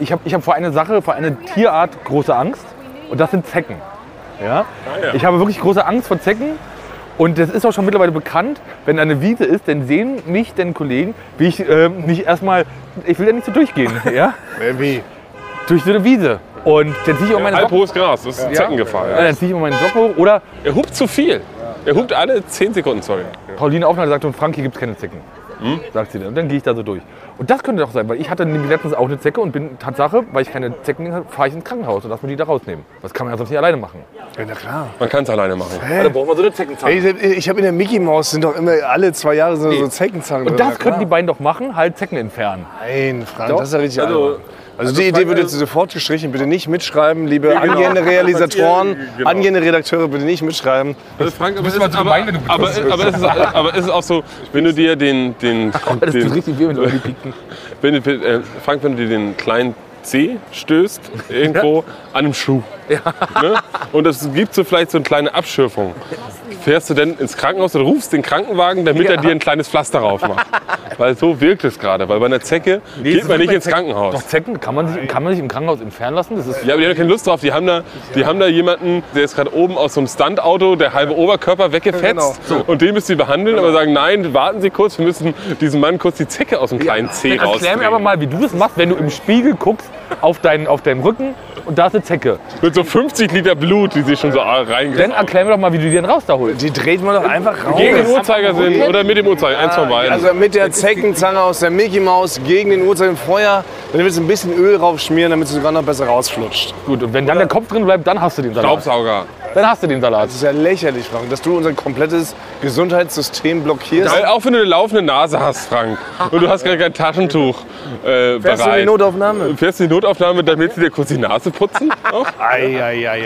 Ich habe ich hab vor einer Sache, vor einer Tierart große Angst. Und das sind Zecken. Ja? Ich habe wirklich große Angst vor Zecken. Und das ist auch schon mittlerweile bekannt, wenn eine Wiese ist, dann sehen mich denn Kollegen, wie ich ähm, nicht erstmal, ich will ja nicht so durchgehen, <laughs> ja? Wie? Durch so eine Wiese. Und dann ziehe ich auch meine Halb Socken, hohes Gras, das ist Zeckengefahr. Ja. dann ziehe ich auch meinen Sock hoch. Oder Er hupt zu viel. Er hupt alle 10 Sekunden, sorry. Pauline Aufnahme sagt, und Frank, hier gibt es keine Zecken. Hm? Sagt sie dann. Und dann gehe ich da so durch. Und das könnte doch sein, weil ich hatte nämlich letztens auch eine Zecke und bin Tatsache, weil ich keine Zecken hatte, fahre ich ins Krankenhaus und lass mir die da rausnehmen. Das kann man ja sonst nicht alleine machen. Man kann es alleine machen. Ey, ich ich habe in der Mickey Maus sind doch immer alle zwei Jahre so, so Zeckenzangen Und drin. das könnten die beiden doch machen, halt Zecken entfernen. Nein, Frank, das ist ja richtig Also- albern. Also, die Idee wird jetzt sofort gestrichen. Bitte nicht mitschreiben, liebe <laughs> angehende Realisatoren, Genau. angehende Redakteure, bitte nicht mitschreiben. Also Frank, aber, es bist ist, immer so aber, gemein, wenn du aber, bekommst. aber, es ist, aber es ist auch so, wenn du dir den, <laughs> den, den, richtig weh, wenn Leute picken. wenn du, äh, Frank, wenn du dir den kleinen C stößt, irgendwo an einem Schuh. Ne? Und das gibt so vielleicht so eine kleine Abschürfung. Fährst du denn ins Krankenhaus oder rufst den Krankenwagen, damit er dir ein kleines Pflaster drauf macht? Weil so wirkt es gerade. Weil bei einer Zecke geht man nicht ins Krankenhaus. Doch Zecken kann man, sich, kann man sich im Krankenhaus entfernen lassen? Das ist Ja, aber die haben keine Lust drauf. Die haben da, die haben da jemanden, der ist gerade oben aus so einem Stuntauto, der halbe Oberkörper genau. weggefetzt. Und den müsst ihr behandeln, aber sagen, nein, warten Sie kurz, wir müssen diesem Mann kurz die Zecke aus dem kleinen Zeh raus. Erklär mir aber mal, wie du das machst, wenn du im Spiegel guckst auf deinen, auf deinen Rücken und da ist eine Zecke. Mit so 50 Liter Blut, die sie schon so ah, Dann reingehen. erklär mir doch mal, wie du die denn raus da holst. Die dreht man doch einfach raus. Gegen den Uhrzeigersinn oder mit dem Uhrzeiger, eins von beiden. Also mit der Zeckenzange aus der Mickey Maus gegen den Uhrzeigersinn Feuer. Dann willst du ein bisschen Öl raufschmieren, damit es sogar noch besser rausflutscht. Gut, und wenn dann der Kopf drin bleibt, dann hast du den Salat. Staubsauger. Dann hast du den Salat. Das ist ja lächerlich, Frank, dass du unser komplettes Gesundheitssystem blockierst. Weil auch wenn du eine laufende Nase hast, Frank, und du hast gar kein Taschentuch Fährst äh, du in die bereit. Notaufnahme? Fährst du in die Notaufnahme, damit sie dir kurz die Nase putzen? Auch? Eieieiei.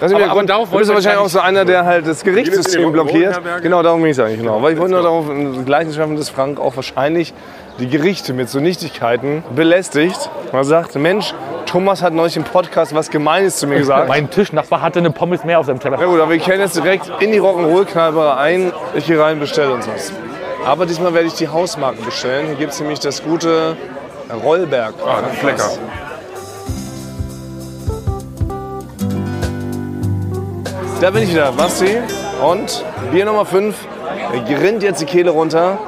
Das ist ne? aber aber, darauf darauf du bist wollte ich wahrscheinlich auch so einer, der halt das Gerichtssystem Wohn- blockiert. Wohnherberge. Genau, darum ging es eigentlich. Genau. Weil ich wollte nur darauf, gleichen schaffen, dass Frank auch wahrscheinlich die Gerichte mit so Nichtigkeiten belästigt. Man sagt, Mensch, Thomas hat neulich im Podcast was Gemeines zu mir gesagt. Mein Tischnachbar hatte eine Pommes mehr auf seinem Na Teller. gut, aber wir kehren jetzt direkt in die Rock'n'Roll-Kneipe ein. Ich gehe rein, bestelle uns was. Aber diesmal werde ich die Hausmarken bestellen. Hier gibt es nämlich das gute Rollberg. Ah, das ist lecker. Da bin ich wieder, Basti. Und Bier Nummer 5 grinnt jetzt die Kehle runter.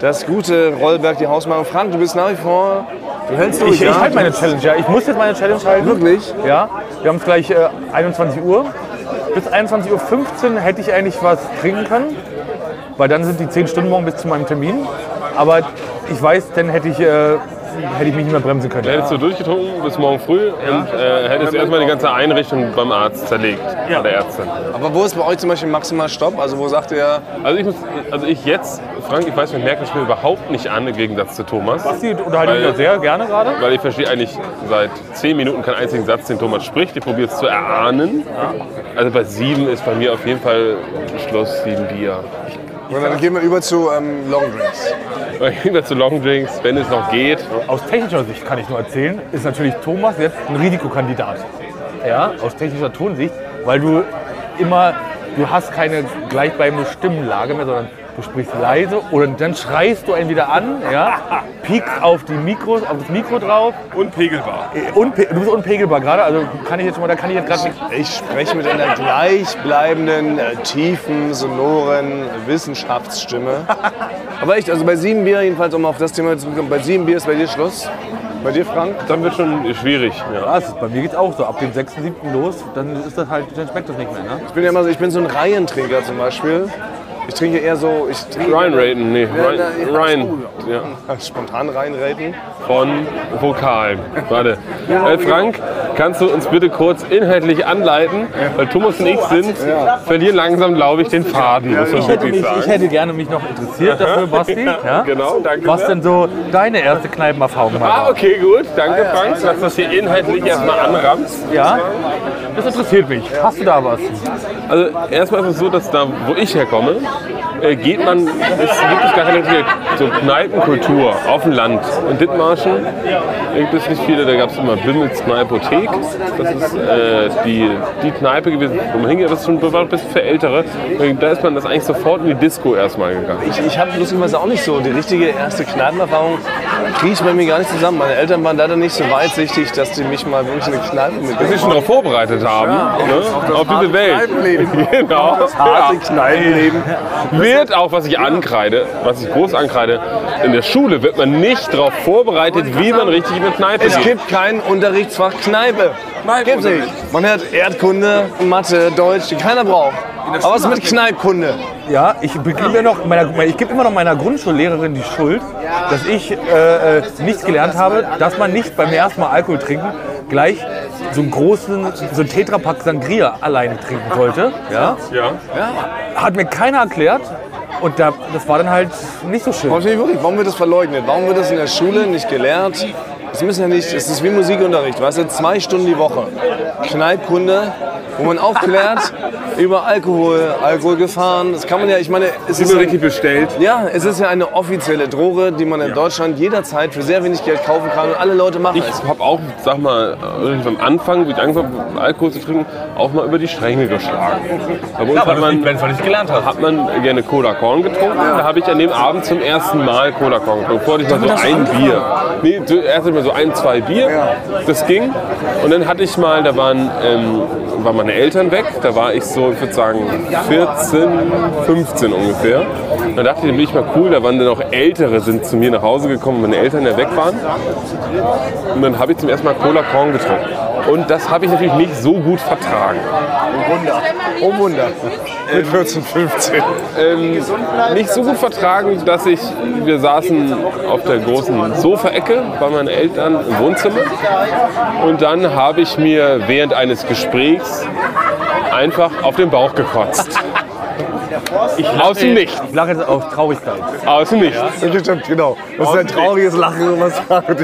Das gute Rollberg, die Hausmarken. Frank, du bist nach wie vor. Du hältst durch, Ich, ich halte meine Challenge, ja. Ich muss jetzt meine Challenge halten. Wirklich? Ja. Wir haben es gleich äh, 21 Uhr. Bis 21.15 Uhr hätte ich eigentlich was trinken können. Weil dann sind die 10 Stunden morgen bis zu meinem Termin. Aber ich weiß, dann hätte ich, äh, hätte ich mich nicht mehr bremsen können. Hättest du durchgetrunken bis morgen früh und äh, hättest erstmal die ganze Einrichtung beim Arzt zerlegt ja. oder Ärztin. Aber wo ist bei euch zum Beispiel maximal Stopp? Also wo sagt ihr, Also ich muss, also ich jetzt, Frank, ich weiß, man merkt das mir unterhaupt nicht an im Gegensatz zu Thomas, Sie unterhalten mich Weil- ja halt sehr gerne gerade. weil ich verstehe eigentlich seit zehn Minuten keinen einzigen Satz, den Thomas spricht. Ich probiere es zu erahnen. Also bei sieben ist bei mir auf jeden Fall Schluss sieben Bier. Und dann gehen wir über zu ähm, Longdrinks. Dann gehen wir zu Longdrinks, wenn es noch geht. Aus technischer Sicht kann ich nur erzählen, ist natürlich Thomas jetzt ein Risikokandidat. Ja, aus technischer Tonsicht, weil du immer, du hast keine gleichbleibende Stimmenlage mehr, sondern Du sprichst leise oder dann schreist du einen wieder an, <laughs> ja, piekst auf, die Mikros, auf das Mikro drauf. Unpegelbar. Unpe du bist unpegelbar gerade, also kann ich jetzt schon mal, da kann ich jetzt gerade nicht. Ich spreche mit einer gleichbleibenden, äh, tiefen, sonoren Wissenschaftsstimme. Aber echt, also bei sieben Bier jedenfalls, um auf das Thema zurückzukommen, bei sieben Bier ist bei dir Schluss. Bei dir, Frank? Dann wird schon schwierig. Ja. Was? Bei mir geht's auch so. Ab dem 6., 7. los, dann ist das halt, dann schmeckt das nicht mehr, ne? Ich bin ja immer so, ich bin so ein Reihentrinker zum Beispiel. Ich trinke eher so, ich trinke Ryan Raiden, nee, Ryan, na, ja, Ryan ja, spontan reinraten. von Vokal. Warte. Äh, Frank, kannst du uns bitte kurz inhaltlich anleiten? Weil Thomas und ich sind, verlieren langsam, glaube ich, den Faden, muss man wirklich ich sagen. hätte gerne mich noch interessiert <laughs> dafür, Basti. Ja? Genau, danke Was sehr. denn so deine erste Kneipenerfahrung Ah, war? okay, gut. Danke, Frank, dass du das hier inhaltlich erstmal anrammst. Ja? Das interessiert mich. Hast du da was? Also erstmal ist es so, dass da, wo ich herkomme, äh, geht man, es gibt es gar keine richtige so Kneipenkultur auf dem Land. In Dithmarschen gibt es nicht viele, da gab es immer Bimmels Kneipothek. Das ist äh, die, die Kneipe gewesen, wo man hingeht, das ist schon privat bis für Ältere. Da ist man das eigentlich sofort in die Disco erstmal gegangen. Ich, ich habe lustigerweise auch nicht so. Die richtige erste Kneipenerfahrung kriege ich bei mir gar nicht zusammen. Meine Eltern waren leider nicht so weitsichtig, dass die mich mal wirklich in eine Kneipe Dass sie mitgenommen schon darauf vorbereitet haben, ne? auf, diese Welt. <laughs> Genau. Ja. haben. Kneipenleben. wird auch, was ich ankreide, was ich groß ankreide, in der Schule wird man nicht darauf vorbereitet, wie man richtig in eine Kneipe Es geht. gibt kein Unterrichtsfach Kneipe. Gibt's nicht. Man hat Erdkunde, Mathe, Deutsch, die keiner braucht. Aber was ist mit Kneipkunde? Ja, ich gebe mir noch meiner, ich gebe immer noch meiner Grundschullehrerin die Schuld, dass ich äh, äh, nicht gelernt habe, dass man nicht beim ersten Mal Alkohol trinken gleich so einen großen, so einen Tetrapack Sangria alleine trinken sollte. Ja? Ja. Hat mir keiner erklärt und da, das war dann halt nicht so schön. Verstehe ich wirklich, warum wird das verleugnet? Warum wird das in der Schule nicht gelehrt? Das müssen ja nicht, es ist wie Musikunterricht, weißt du, zwei Stunden die Woche. Kneipkunde, wo man <laughs> aufklärt über Alkohol, Alkoholgefahren. Das kann man ja, ich meine, es ist, ein, bestellt. ja, es ist ja eine offizielle Droge, die man in Deutschland jederzeit für sehr wenig Geld kaufen kann und alle Leute machen Ich es. habe auch, sag mal, irgendwie am Anfang, wie ich angefangen habe, Alkohol zu trinken, auch mal über die Stränge geschlagen. Bei uns hat man, wenn man nicht gelernt hat. Hat man äh, gerne Cola Korn getrunken. Da habe ich an dem Abend zum ersten Mal Cola Korn getrunken. Vorher hatte ich mal so ein Bier. Nee, zuerst hatte ich mal so ein, zwei Bier. Das ging. Und dann hatte ich mal, da waren, ähm, waren meine Eltern weg. Da war ich so, ich würde sagen, 14, 15 ungefähr. Da dachte ich, dann bin ich mal cool. Da waren dann auch Ältere sind zu mir nach Hause gekommen, meine Eltern ja weg waren. Und dann habe ich zum ersten Mal Cola Korn getrunken. Und das habe ich natürlich nicht so gut vertragen. Oh Wunder. Mit 14, 15. Ähm, nicht so gut vertragen, dass ich, wir saßen auf der großen Sofaecke bei meinen Eltern im Wohnzimmer. Und dann habe ich mir während eines Gesprächs einfach auf den Bauch gekotzt. Ich aus dem Nichts, Ich lache jetzt auf Traurigkeit. aus dem Nichts. Genau. Das ist ein trauriges Lachen. Was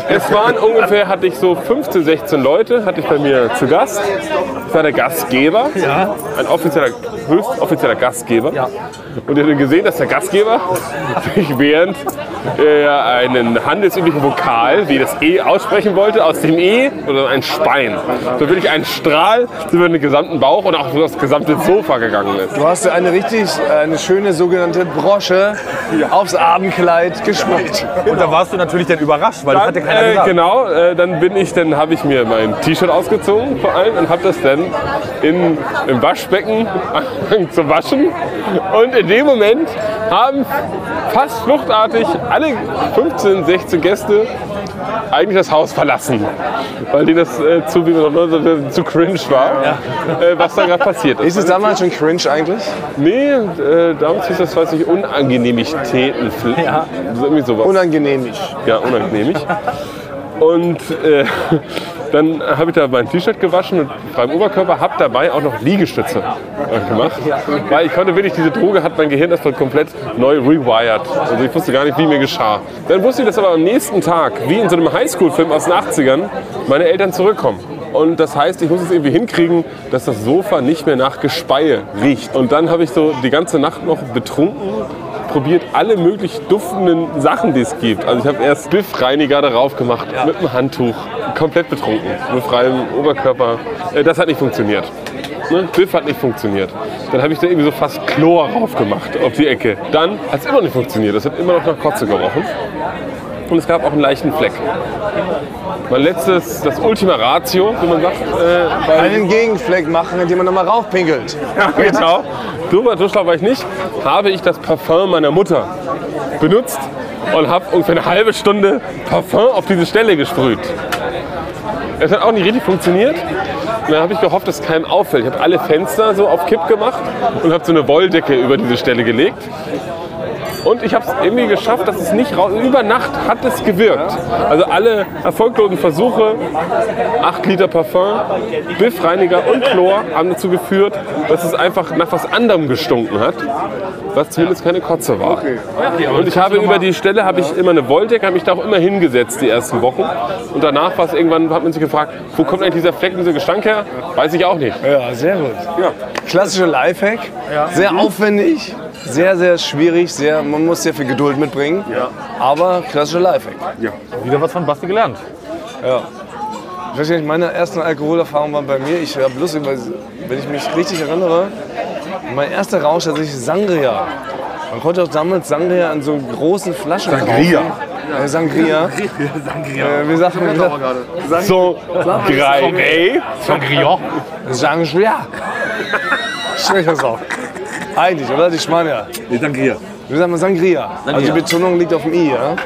Es waren ungefähr, hatte ich so 15, 16 Leute, hatte ich bei mir zu Gast. Ich war der Gastgeber, ein offizieller, höchst offizieller Gastgeber. Und ihr habt gesehen, dass der Gastgeber sich während er einen handelsüblichen Vokal, wie das E aussprechen wollte, aus dem E oder ein Spein. So wirklich ein Strahl über den gesamten Bauch und auch über das gesamte Sofa gegangen ist. Du hast dir eine richtig, eine schöne sogenannte Brosche aufs Abendkleid geschmiert. Und da warst du natürlich dann überrascht, weil das hat dir keiner äh, gesagt. genau, äh, dann bin ich, dann habe ich mir mein T-Shirt ausgezogen vor allem und habe das dann in, im Waschbecken <laughs> angefangen zu waschen. Und in dem Moment haben fast fluchtartig alle 15, 16 Gäste eigentlich das Haus verlassen, weil die das äh, zu, wie man noch sagt, zu cringe war, äh, was da gerade passiert ist. Ist es damals schon cringe eigentlich? Nee, äh, damals hieß das, weiß ich, Unangenehmigkeiten. Ja. Irgendwie sowas. Unangenehmig. Ja, unangenehmig. Und äh, dann habe ich da mein T-Shirt gewaschen und beim Oberkörper habe dabei auch noch Liegestütze äh, gemacht. Weil ich konnte wirklich, diese Droge hat mein Gehirn erstmal komplett neu rewired. Also ich wusste gar nicht, wie mir geschah. Dann wusste ich, dass aber am nächsten Tag, wie in so einem Highschool-Film aus den 80ern, meine Eltern zurückkommen. Und das heißt, ich muss es irgendwie hinkriegen, dass das Sofa nicht mehr nach Gespeie riecht. Und dann habe ich so die ganze Nacht noch betrunken probiert alle möglich duftenden Sachen, die es gibt. Also ich habe erst Biffreiniger darauf gemacht mit einem Handtuch, komplett betrunken, mit freiem Oberkörper. Äh, Das hat nicht funktioniert. Ne? Biff hat nicht funktioniert. Dann habe ich da irgendwie so fast Chlor drauf gemacht auf die Ecke. Dann hat es immer noch nicht funktioniert. Es hat immer noch nach Kotze gerochen. Und es gab auch einen leichten Fleck. Mein letztes, das Ultima Ratio, wie man sagt, äh, bei Einen Gegenfleck machen, indem man nochmal raufpinkelt. ja, genau. So war- so schlau war ich nicht. Habe ich das Parfum meiner Mutter benutzt und habe ungefähr eine halbe Stunde Parfum auf diese Stelle gesprüht. Es hat auch nicht richtig funktioniert. Und dann habe ich gehofft, dass keinem auffällt. Ich habe alle Fenster so auf Kipp gemacht und habe so eine Wolldecke über diese Stelle gelegt. Und ich habe es irgendwie geschafft, dass es nicht raus. Über Nacht hat es gewirkt. Also alle erfolglosen Versuche, 8 Liter Parfum, Biffreiniger und Chlor haben dazu geführt, dass es einfach nach was anderem gestunken hat, was zumindest keine Kotze war. Und ich habe über die Stelle habe ich immer eine Wolldecke, habe mich da auch immer hingesetzt die ersten Wochen. Und danach war es irgendwann, hat man sich gefragt, wo kommt eigentlich dieser Fleck, dieser Gestank her? Weiß ich auch nicht. Äh, Ja, sehr gut. Mhm. Klassischer Lifehack. Sehr aufwendig, sehr, sehr schwierig, sehr, man muss sehr viel Geduld mitbringen. Aber klassischer Lifehack. Wieder was von Basti gelernt. Ich weiß gar nicht, meine ersten Alkoholerfahrungen waren bei mir, ich habe lustig, weil, wenn ich mich richtig erinnere, mein erster Rausch tatsächlich Sangria. Man konnte auch damals Sangria in so großen Flaschen Sangria. Äh, Sangria. <laughs> Sangria. Äh, wir sagten So, drei. Sangria. Schlecht das auch. Eigentlich, oder? Die Spanier. Nee, Sangria. Wir sagen mal Sangria. Also die Betonung liegt auf dem I, ja?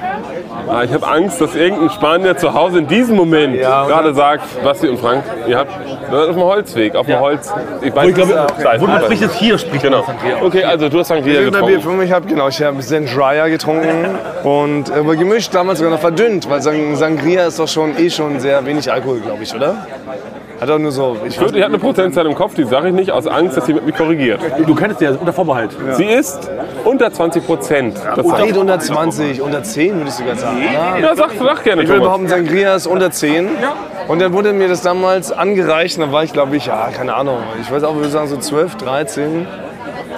Ah, ich habe Angst, dass irgendein Spanier zu Hause in diesem Moment Ja, oder? gerade sagt, Basti und Frank, ihr habt ihr seid auf dem Holzweg, auf dem Holz. Ich weiß, glaube, es ist- wo du sprichst, ist hier, spricht Genau. man von hier. Okay, also du hast Sangria Irgendein Bier getrunken. für mich habe, genau, ich habe Sangria getrunken und äh, aber gemischt, damals sogar noch verdünnt, weil Sang Sangria ist doch schon eh schon sehr wenig Alkohol, glaube ich, oder? Hat doch nur so, ich Ich würde- Ich habe eine Prozentzahl im Kopf, die sage ich nicht, aus Angst, dass sie mit mir korrigiert. Du kennst ja unter Vorbehalt. Sie ist unter 20 Prozent. Das sagt- weit unter 20, unter 10 würde ich sogar sagen. Ja. ja, sag, sag gerne, Ich würde Thomas. behaupten, Sangria ist unter 10. Und dann wurde mir das damals angereicht, und dann war ich, glaube ich, ja, keine Ahnung, ich weiß auch, ich würde sagen so 12, 13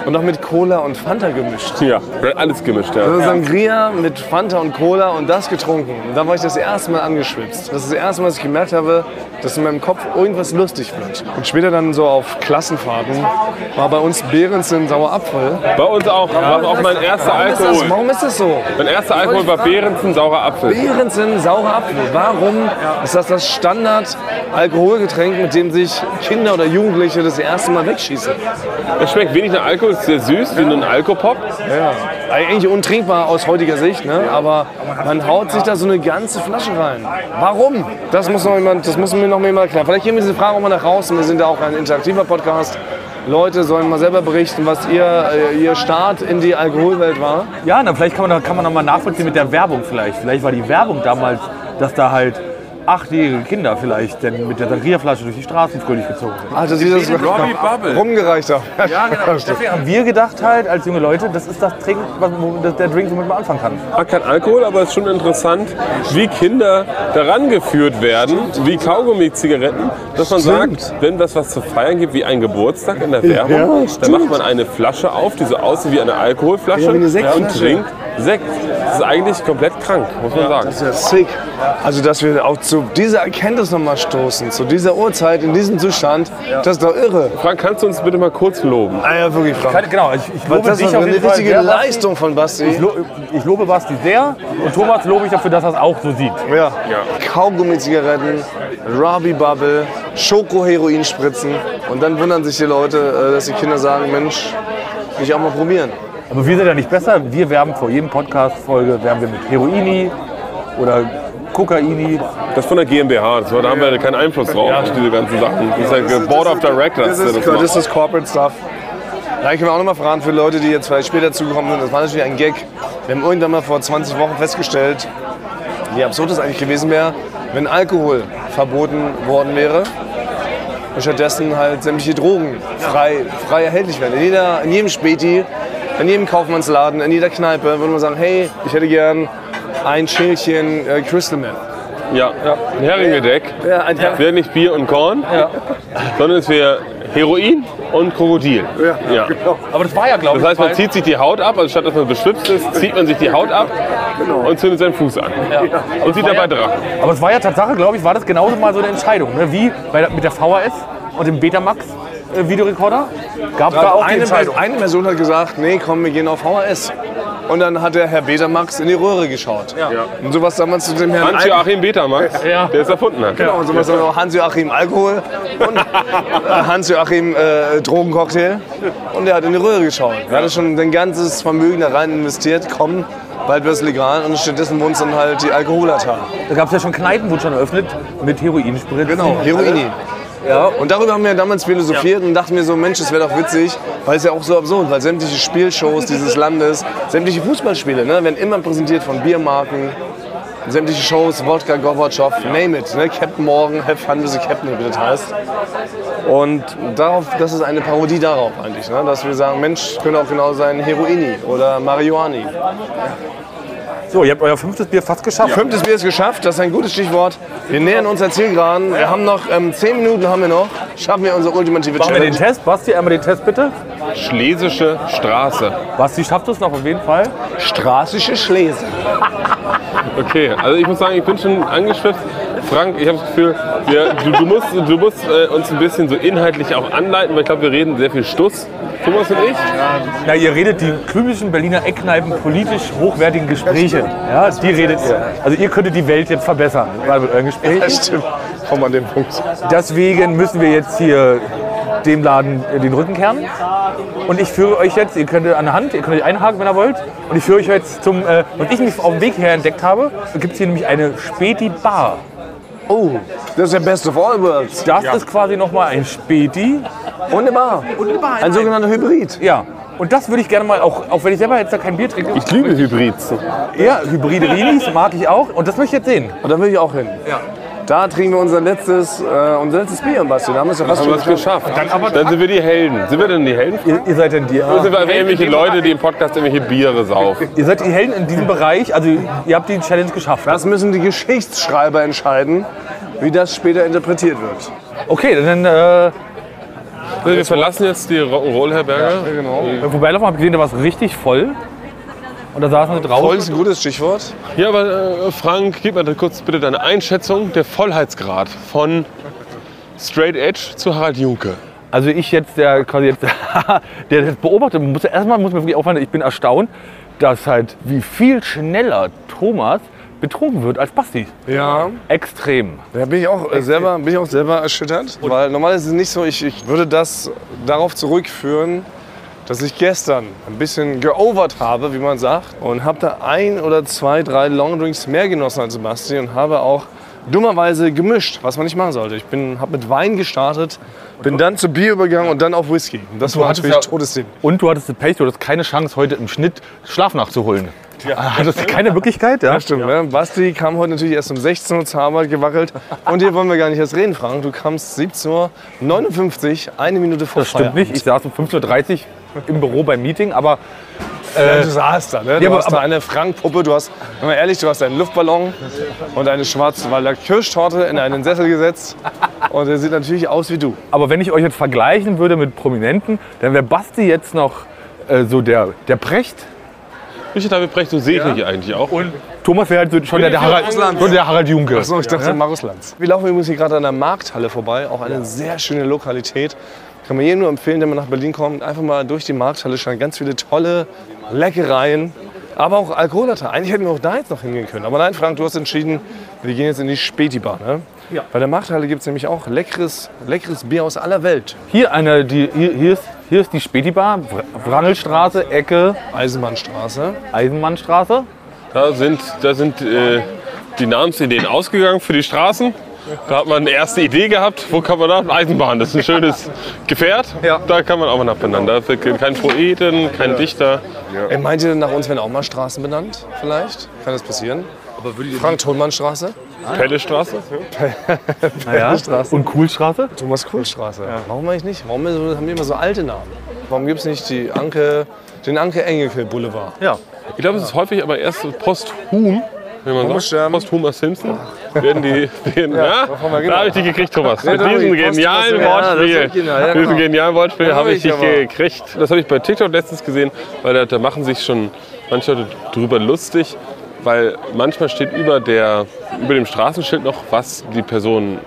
und noch mit Cola und Fanta gemischt. Ja, alles gemischt, ja. Also Sangria mit Fanta und Cola und das getrunken. Und dann war ich das erste Mal angeschwipst. Das ist das erste Mal, dass ich gemerkt habe, dass in meinem Kopf irgendwas lustig wird. Und später dann so auf Klassenfahrten war bei uns Behrens ein Sauerapfel. Bei uns auch. War auch mein erster Das, Alkohol. warum ist das so? Mein erster Alkohol war Behrensen saurer Apfel. Behrens ein Sauerapfel. Warum ist das das Standard-Alkoholgetränk, mit dem sich Kinder oder Jugendliche das erste Mal wegschießen? Es schmeckt wenig nach Alkohol, ist sehr süß, wie ein Alkopop. Ja. Also Eigentlich untrinkbar aus heutiger Sicht, ne? aber man haut sich da so eine ganze Flasche rein. Warum? Das muss, noch jemand, das muss mir noch jemand erklären. Vielleicht geben wir diese Frage auch mal nach draußen. Wir sind ja auch ein interaktiver Podcast. Leute sollen mal selber berichten, was ihr, äh, ihr Start in die Alkoholwelt war. Ja, na, vielleicht kann man, da- kann man noch mal nachvollziehen mit der Werbung vielleicht. Vielleicht war die Werbung damals, dass da halt achtjährige Kinder vielleicht denn mit der Sangria-Flasche durch die Straßen fröhlich gezogen sind. Also dieses <laughs> rumgereicht haben. Deswegen haben wir gedacht halt, als junge Leute, das ist das Trink, was- wo- das- der Drink, womit man anfangen kann. mag kein Alkohol, aber es ist schon interessant, wie Kinder daran geführt werden, wie Kaugummi-Zigaretten, dass man sagt, wenn das was zu feiern gibt, wie ein Geburtstag in der Werbung, dann macht man eine Flasche auf, die so aussieht wie eine Alkoholflasche und trinkt Sekt. Das ist eigentlich komplett krank, muss man sagen. Das ist ja sick. Also, dass wir auch zu dieser Erkenntnis nochmal stoßen, zu dieser Uhrzeit, in diesem Zustand, das ist doch irre. Frank, kannst du uns bitte mal kurz loben? Ah ja, wirklich, Frank. Genau, ich, ich lobe Das dich ist auf eine jeden Fall richtige sehr, Basti. Leistung von Ich, Basti. lo ich lobe Basti sehr und Thomas lobe ich dafür, dass er es auch so sieht. Ja. Kaugummi-Zigaretten, Rabi-Bubble, Schoko-Heroin-Spritzen. Und dann wundern sich die Leute, äh, dass die Kinder sagen, Mensch, will ich auch mal probieren. Aber wir sind ja nicht besser. Wir werben vor jedem Podcast-Folge, werben wir mit Heroini oder Kokaini. Das ist von der GmbH, das war, da haben wir keinen Einfluss drauf, auf diese ganzen Sachen. Das ist halt Board of Directors, Das der ist, das macht. das ist Corporate Stuff. Da können wir auch noch mal fragen für Leute, die jetzt vielleicht später zugekommen sind. Das war natürlich ein Gag. Wir haben irgendwann mal vor 20 Wochen festgestellt, wie absurd es eigentlich gewesen wäre, wenn Alkohol verboten worden wäre und stattdessen halt sämtliche Drogen frei, frei erhältlich werden. In, jeder, in jedem Späti, in jedem Kaufmannsladen, in jeder Kneipe würde man sagen, hey, ich hätte gern ein Schälchen äh, Crystal Meth. Ja, ein Heringedeck. Ja, ein Her- Wäre nicht Bier und Korn, sondern es wäre Heroin und Krokodil. Ja. Aber das war ja, glaube Das ich, heißt, man zieht sich die Haut ab, also statt dass man beschwipst ist, zieht man sich die Haut ab und zündet seinen Fuß an. Und sieht dabei Drachen. Aber es war ja Tatsache, glaube ich, war das genauso mal so eine Entscheidung. Ne? Wie bei der, mit der VHS und dem Betamax. äh, Videorekorder. Gab da auch eine, eine Person, eine Person hat gesagt, nee, komm, wir gehen auf VHS. Und dann hat der Herr Betamax in die Röhre geschaut. Und sowas damals zu dem Herrn Al- Hans-Joachim Betamax, Ja. der es erfunden hat. Genau, und sowas dann auch Hans-Joachim Alkohol und äh, Hans-Joachim äh, Drogencocktail. Und der hat in die Röhre geschaut. Er hatte schon sein ganzes Vermögen da rein investiert, komm, bald wird's legal. Und stattdessen wurden es dann halt die Alkoholata. Da gab es ja schon Kneipen, wurde schon eröffnet mit Heroinspritzen. Genau, Heroini. Ja, und darüber haben wir damals philosophiert und dachten mir so, Mensch, das wäre doch witzig, weil es ja auch so absurd, weil sämtliche Spielshows dieses Landes, sämtliche Fußballspiele, ne, werden immer präsentiert von Biermarken, sämtliche Shows, Wodka, Gorbatschow, name it, ne, Captain Morgan, Have Fun with the Captain, wie das heißt. Und darauf, das ist eine Parodie darauf eigentlich, ne, dass wir sagen, Mensch, könnte auch genau sein Heroini oder Marihuani. So, ihr habt euer fünftes Bier fast geschafft. Fünftes Bier ist geschafft, das ist ein gutes Stichwort. Wir nähern uns der Zielgeraden. Wir haben noch ähm, zehn Minuten haben wir noch. Schaffen wir unsere ultimative Machen wir den Challenge. Test. Basti, einmal den Test bitte. Schlesische Straße. Basti schafft es noch auf jeden Fall. Straßische Schlese. Okay, also ich muss sagen, ich bin schon angeschwipst. Frank, ich habe das Gefühl, wir, du, du musst, du musst äh, uns ein bisschen so inhaltlich auch anleiten, weil ich glaube, wir reden sehr viel Stuss, Thomas und ich. Na, ihr redet die typischen Berliner Eckkneipen politisch hochwertigen Gespräche. Ja, die redet ihr. Also ihr könntet die Welt jetzt verbessern mal mit euren Gesprächen. stimmt. Komm an den Punkt. Deswegen müssen wir jetzt hier dem Laden den Rücken kehren. Und ich führe euch jetzt, ihr könnt an der Hand, ihr könnt euch einhaken, wenn ihr wollt. Und ich führe euch jetzt zum, äh, was ich mich auf dem Weg her entdeckt habe, gibt es hier nämlich eine Späti-Bar. Oh, das ist der Best of All Worlds. Das ist quasi nochmal ein Späti. Und eine Bar. Ein sogenannter Hybrid. Ja. Und das würde ich gerne mal, auch, auch wenn ich selber jetzt da kein Bier trinke, Ich liebe Hybrids. ja, hybride Rinis mag ich auch. Und das möchte ich jetzt sehen. Und da will ich auch hin. Da trinken wir unser letztes, äh, unser letztes Bier, Basti. Da haben wir es ja fast Haben wir schon es geschafft. Dann, sind wir die Helden. Sind wir denn die Helden? Ihr, ihr seid denn die, äh, Oder sind wir einfach irgendwelche Leute, die im Podcast irgendwelche Biere saufen? ihr seid die Helden in diesem Bereich. Also ihr habt die Challenge geschafft. Das müssen die Geschichtsschreiber entscheiden, wie das später interpretiert wird. Okay, dann äh, Also <laughs> wir verlassen jetzt die Rock'n'Roll-Herberge. Beim Vorbeilaufen habe ich gesehen, da war es richtig voll. Und da saßen sie draußen. Voll ist ein gutes Stichwort. Ja, aber äh, Frank, gib mir da kurz bitte deine Einschätzung der Vollheitsgrad von Straight Edge zu Harald Junke. Also ich jetzt, der quasi jetzt, <laughs> der das beobachtet, muss, erstmal muss man wirklich aufhören, ich bin erstaunt, dass halt wie viel schneller Thomas betrunken wird als Basti. Ja. Extrem. Da bin ich auch äh, selber, bin ich auch selber erschüttert, weil normal ist es nicht so, ich, ich würde das darauf zurückführen, dass ich gestern ein bisschen geovert habe, wie man sagt, und habe da ein oder zwei, drei Longdrinks mehr genossen als Sebastian und habe auch dummerweise gemischt, was man nicht machen sollte. Ich bin, habe mit Wein gestartet, bin dann zu Bier übergegangen und dann auf Whisky. Und das war hattest natürlich ja- Todessinn. Und du hattest Pech, du hattest keine Chance, heute im Schnitt Schlaf nachzuholen. Ja. <laughs> Hattest du keine Möglichkeit, ja? Ja, stimmt. Ne? Basti kam heute natürlich erst um 16 Uhr zur Arbeit gewackelt. Und hier wollen wir gar nicht erst reden, Frank. Du kamst 17.59 Uhr, eine Minute vor Das stimmt nicht. Ich saß um 15.30 Uhr im Büro beim Meeting, aber Ja, du saßt da, ne? Du Ja, aber- hast da aber- eine Frank-Puppe, du hast, wenn man ehrlich, du hast einen Luftballon und eine Schwarzwalder Kirschtorte in einen Sessel gesetzt. Und er sieht natürlich aus wie du. Aber wenn ich euch jetzt vergleichen würde mit Prominenten, dann wäre Basti jetzt noch äh, so der, der Precht. Richard David Brecht, so sehe ich mich eigentlich auch. Thomas wäre halt so schon der, der, Harald, schon der Harald Junke. So, ich dachte, Markus Lanz. Wir laufen übrigens hier gerade an der Markthalle vorbei, auch eine sehr schöne Lokalität. Kann man jedem nur empfehlen, wenn man nach Berlin kommt, einfach mal durch die Markthalle schauen. Ganz viele tolle Leckereien, aber auch Alkoholata. Eigentlich hätten wir auch da jetzt noch hingehen können. Aber nein, Frank, du hast entschieden, wir gehen jetzt in die Späti-Bar. Ne? Ja. Bei der Markthalle gibt es nämlich auch leckeres, leckeres Bier aus aller Welt. Hier, eine, die, hier, hier, ist, hier ist die Spätibar, Wr- Wrangelstraße, Ecke, Eisenbahnstraße. Eisenmannstraße. Da sind, da sind äh, die Namensideen ausgegangen für die Straßen. Da hat man eine erste Idee gehabt. Wo kann man da? Eisenbahn, das ist ein <laughs> schönes Gefährt. Ja. Da kann man auch mal nachbenennen. Da wird kein Poeten, kein Dichter. Ey, meint ihr, nach uns werden auch mal Straßen benannt? Vielleicht? Kann das passieren? Frank-Thonmann-Straße? Pellestraße. Naja. Und Kuhlstraße. Thomas Kuhlstraße. Warum eigentlich nicht? Warum so- haben die immer so alte Namen? Warum gibt es nicht die Anke, den Anke Engelke Boulevard? Ja. Ich glaube, es ist häufig aber erst so posthum, wenn man Muss sagt, sterben. posthumer Simpson, werden die, werden, ja, haben wir genau. da habe ich die gekriegt, Thomas. Ja, Mit doch, diesem die Post- genialen Ja, das ist Wortspiel, original, ja, mit diesem genau. genialen Wortspiel Ja, habe ich ich dich aber. gekriegt. Das habe ich bei TikTok letztens gesehen, weil da, da machen sich schon manche Leute drüber lustig, weil manchmal steht über, der, über dem Straßenschild noch, was die Person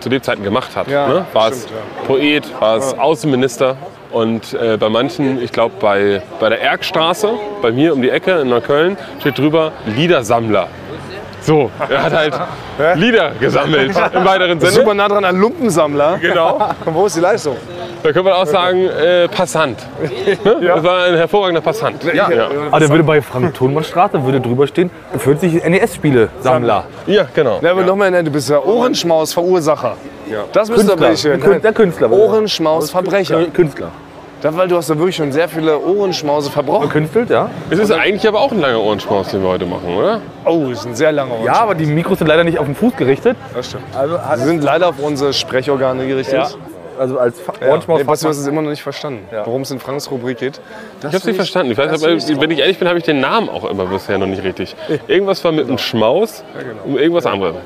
zu Lebzeiten gemacht hat. Ja, ne? War stimmt, es Poet, war es Außenminister. Und äh, bei manchen, ich glaube bei, bei der Erkstraße, bei mir um die Ecke in Neukölln, steht drüber Liedersammler. So, er hat halt Lieder gesammelt im weiteren Sinne. Super nah dran an Lumpensammler. Genau. Und wo ist die Leistung? Da könnte man auch sagen, äh, Passant. Ne? Das war ein hervorragender Passant. Ja, ja. Aber Ah, der würde bei Frank-Thunmann-Straße würde drüber stehen, 40 NES-Spiele-Sammler. ja genau. Ja, aber nochmal, nein, du bist ja Ohrenschmaus-Verursacher. Das bist du Künstler. welche. Ein Kün- der Künstler war das. Ohrenschmaus-Verbrecher. Künstler. Da, weil du hast da wirklich schon sehr viele Ohrenschmause verbrochen. Künstelt, ja. Es ist eigentlich aber auch ein langer Ohrenschmaus, den wir heute machen, oder? Oh, ist ein sehr langer Ohrenschmaus. Ja, aber die Mikros sind leider nicht auf den Fuß gerichtet. das stimmt. Sie sind leider auf unsere Sprechorgane gerichtet. Also als Fa- Ja. Nee, Ohrenschmaus. Basti, du hast es immer noch nicht verstanden, worum es in Franks Rubrik geht. Ich hab's nicht verstanden. Ich weiß, das aber, find ich wenn ich ehrlich bin, habe ich den Namen auch immer bisher noch nicht richtig. Irgendwas war mit einem Schmaus und irgendwas anderes.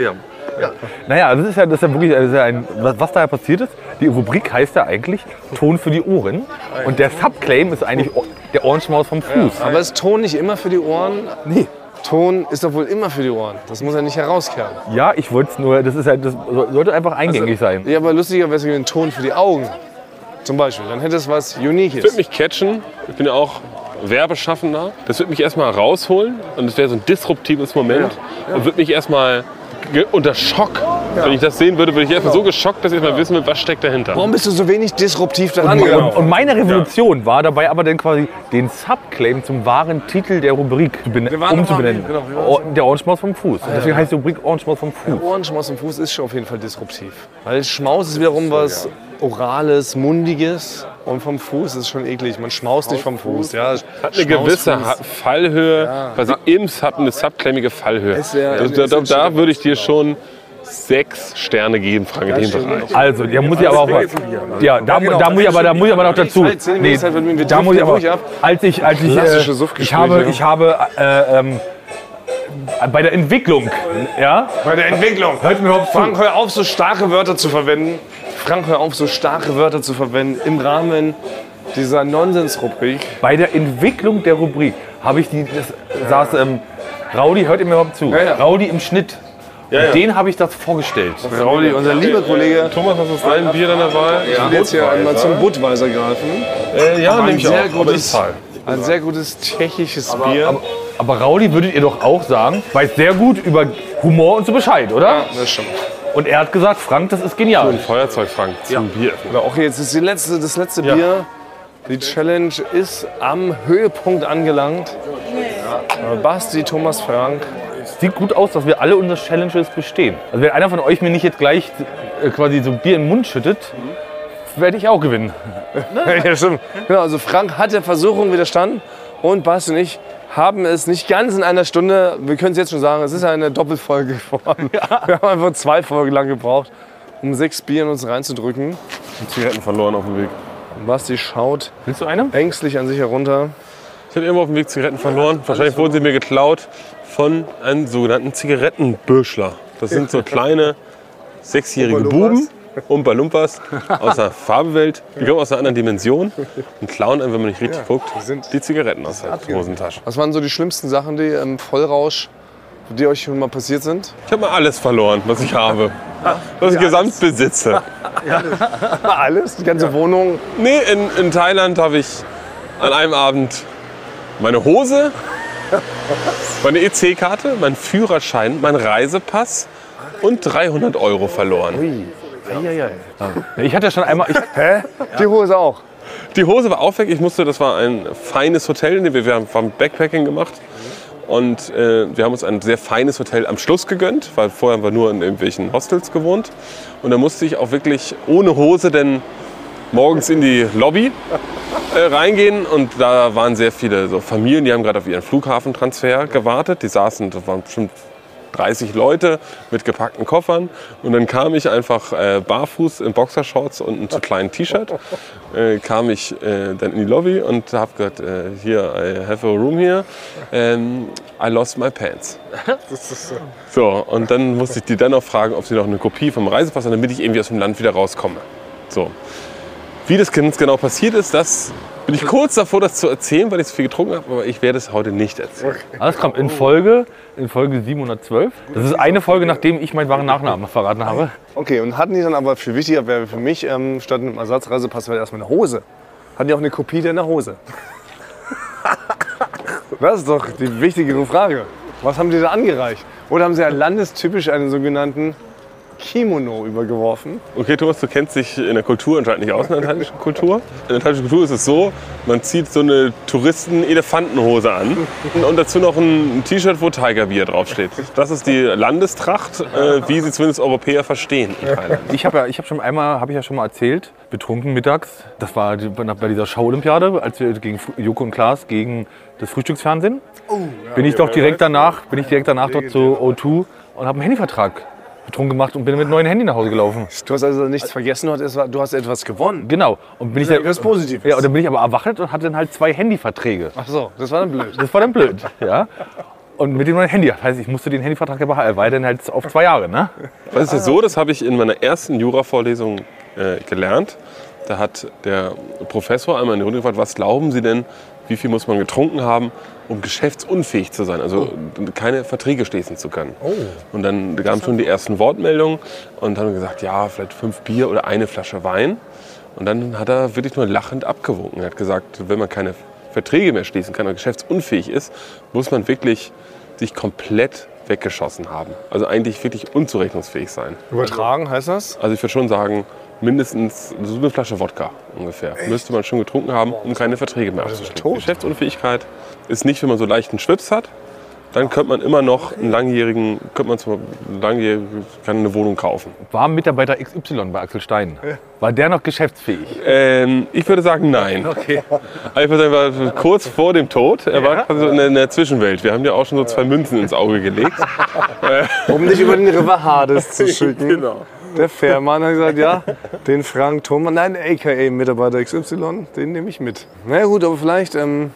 naja, also das ist ja, das ist ja wirklich das ist ja ein, was, was da ja passiert ist. Die Rubrik heißt ja eigentlich Ton für die Ohren. Und der Subclaim ist eigentlich Ohr- der Ohrenschmaus vom Fuß. Aber ist Ton nicht immer für die Ohren? Nee. Ton ist doch wohl immer für die Ohren. Das muss ja nicht herauskehren. Ja, ich wollte es nur, das ist halt, das so- sollte einfach eingängig sein. Ja, aber lustiger wäre es den Ton für die Augen. Zum Beispiel. Dann hätte es was Wird Uniques. mich catchen. Ich bin ja auch Werbeschaffender. Das wird mich erstmal rausholen und das wäre so ein disruptives Moment und wird mich erstmal ge- unter Schock. Wenn ich das sehen würde, würde ich erstmal so geschockt, dass ich erstmal wissen will, was steckt dahinter. Warum bist du so wenig disruptiv daran Und, Genau. gegangen? und meine Revolution war dabei aber dann quasi den Subclaim zum wahren Titel der Rubrik zu ben- umzubenennen. genau, Ohr- der Ohrenschmaus vom Fuß. Und deswegen heißt die Rubrik Ohrenschmaus vom Fuß. Ohrenschmaus im Fuß ist schon auf jeden Fall disruptiv. Weil Schmaus ist wiederum was Orales, Mundiges. Und vom Fuß ist schon eklig. Man schmaust nicht vom Fuß. Ja, Hat eine gewisse Schmausfuß. ha Fallhöhe, quasi im Sub eine subclaimige Fallhöhe. Ist ja- also, da, ist da, ein da würde ich dir schon sechs Sterne geben, Frank, in dem Bereich. Also, da muss ich aber auch was. Ja, da, genau, mu- da muss ich aber, da muss ich aber noch dazu. Zeit, zehn Minuten Zeit, wir driften da muss ich aber. durch ab. Als ich, als ich, Klassische äh, ich Suffgespräche, habe, ja. ich habe äh, ähm, bei der Entwicklung, ja, Bei der Entwicklung. hört mir überhaupt zu. Frank, hör auf, so starke Wörter zu verwenden. Frank, hör auf, so starke Wörter zu verwenden im Rahmen dieser Nonsens-Rubrik. Bei der Entwicklung der Rubrik habe ich die, das saß, ähm, Raudi, hört ihr mir überhaupt zu? ja. Raudi im Schnitt. ja. Den habe ich das vorgestellt. Raudi, unser lieber Kollege, Thomas, hast du ein Bier deiner Wahl? will jetzt hier einmal zum Budweiser greifen. Äh, ja, nehme Ein ich sehr, auch. Aber ich gutes, zahl. ein sehr gutes tschechisches Bier. Aber Raudi würdet ihr doch auch sagen, weiß sehr gut über Humor und so Bescheid, oder? Das stimmt. Und er hat gesagt, Frank, das ist Ein genial. Feuerzeug, Frank, zum Bier. Aber auch jetzt ist die letzte, das letzte Bier. Die Challenge ist am Höhepunkt angelangt. Äh, Basti, Thomas, Frank. <laughs> Sieht gut aus, dass wir alle unsere Challenges bestehen. Also wenn einer von euch mir nicht jetzt gleich äh, quasi so Bier in den Mund schüttet, werde ich auch gewinnen. Ja, stimmt. Genau, also Frank hat der Versuchung widerstanden und Basti und ich haben es nicht ganz in einer Stunde, wir können es jetzt schon sagen, es ist eine Doppelfolge <laughs> geworden. Wir haben einfach zwei Folgen lang gebraucht, um sechs Bier in uns reinzudrücken. Zigaretten verloren auf dem Weg. Basti schaut Willst du eine? ängstlich an sich herunter. Ich habe irgendwo auf dem Weg Zigaretten verloren. Wahrscheinlich wurden sie mir geklaut von einem sogenannten Zigarettenbüschler. Das sind so kleine sechsjährige Buben, Umpa-Lumpas aus der Farbewelt. Die kommen aus einer anderen Dimension und klauen einem, wenn man nicht richtig guckt, die Zigaretten aus der Hosentasche. Was waren so die schlimmsten Sachen, die im Vollrausch, die euch schon mal passiert sind? Ich habe mal alles verloren, was ich habe. Was ich gesamt besitze. Alles? Die ganze Wohnung? Nee, in, in Thailand habe ich an einem Abend meine Hose, meine E EC-Karte, meinen Führerschein, meinen Reisepass und 300 Euro Äh, verloren. Ich hatte schon einmal, ich, Die Hose auch. Die Hose war auch weg. Ich musste, das war ein feines Hotel, in dem wir, wir haben- wir haben Backpacking gemacht. Und äh, wir haben uns ein sehr feines Hotel am Schluss gegönnt, weil vorher haben wir nur in irgendwelchen Hostels gewohnt. Und da musste ich auch wirklich ohne Hose denn morgens in die Lobby äh, reingehen und da waren sehr viele so Familien, die haben gerade auf ihren Flughafentransfer gewartet. Die saßen, da waren bestimmt 30 Leute mit gepackten Koffern und dann kam ich einfach äh, barfuß in Boxershorts und einem zu kleinen <laughs> T-Shirt, äh, kam ich äh, dann in die Lobby und habe gesagt, äh, hier, I have a room here, ähm, I lost my <laughs> pants. So, und dann musste ich die dann noch fragen, ob sie noch eine Kopie vom Reisepass haben, damit ich irgendwie aus dem Land wieder rauskomme. So. Wie das ganz genau passiert ist, das bin ich kurz davor, das zu erzählen, weil ich so viel getrunken habe, aber ich werde es heute nicht erzählen. Alles kommt in Folge, in Folge 712. Das ist eine Folge, nachdem ich meinen wahren Nachnamen noch verraten habe. Okay, und hatten die dann aber, viel wichtiger wäre für mich, ähm, statt einem Ersatzreisepass wäre erstmal eine Hose. Hatten die auch eine Kopie deiner <laughs> Hose? das ist doch die wichtigere Frage. Was haben die da angereicht? Oder haben sie ja landestypisch einen sogenannten Kimono übergeworfen? Okay, Thomas, du kennst dich in der Kultur anscheinend nicht aus, in der thailändischen Kultur. In der thailändischen Kultur ist es so, man zieht so eine Touristen-Elefantenhose an und dazu noch ein T-Shirt, wo Tiger Bier draufsteht. Das ist die Landestracht, äh, wie sie zumindest Europäer verstehen in Thailand. Ich habe ja, ich habe schon einmal, habe ich ja schon mal erzählt, betrunken mittags. Das war die- bei dieser Schau-Olympiade, als wir gegen Fr- Joko und Klaas gegen das Frühstücksfernsehen. bin ich doch direkt danach, bin ich direkt danach dort zu O2 und habe einen Handyvertrag betrunken gemacht und bin mit neuen Handy nach Hause gelaufen. Du hast also nichts vergessen, du hast etwas- du hast etwas gewonnen. Genau. Und bin ich ja, etwas Positives. Ja, und dann bin ich aber erwacht und hatte dann halt zwei Handyverträge. Ach so, das war dann blöd. Das war dann blöd, ja. Und mit dem neuen Handy. Das heißt, ich musste den Handyvertrag ja behalten, erweitern halt auf zwei Jahre, ne? Das ist ja so, das habe ich in meiner ersten Jura-Vorlesung äh, gelernt. Da hat der Professor einmal in die Runde gefragt, was glauben Sie denn, wie viel muss man getrunken haben, um geschäftsunfähig zu sein, also keine Verträge schließen zu können. Und dann kamen schon die ersten Wortmeldungen und haben gesagt, ja, vielleicht fünf Bier oder eine Flasche Wein. Und dann hat er wirklich nur lachend abgewunken. Er hat gesagt, wenn man keine Verträge mehr schließen kann oder geschäftsunfähig ist, muss man wirklich sich komplett weggeschossen haben. Also eigentlich wirklich unzurechnungsfähig sein. Übertragen heißt das? Also ich würde schon sagen, mindestens so eine Flasche Wodka ungefähr müsste man schon getrunken haben, um keine Verträge mehr abzuschließen. Geschäftsunfähigkeit ist nicht, wenn man so leichten Schwips hat, dann könnte man immer noch einen langjährigen, könnte man zum langjährigen, kann eine Wohnung kaufen. War Mitarbeiter XY bei Axel Stein. War der noch geschäftsfähig? Ähm, ich würde sagen, nein. Okay. Ich würde sagen, er war kurz vor dem Tod. Er war quasi so in der, in der Zwischenwelt. Wir haben ja auch schon so zwei Münzen ins Auge gelegt. Um dich über den River Hades zu schicken. Der Fährmann hat gesagt, ja, den Frank Thomas, nein, a.k.a. Mitarbeiter XY, den nehme ich mit. Na ja, gut, aber vielleicht ähm,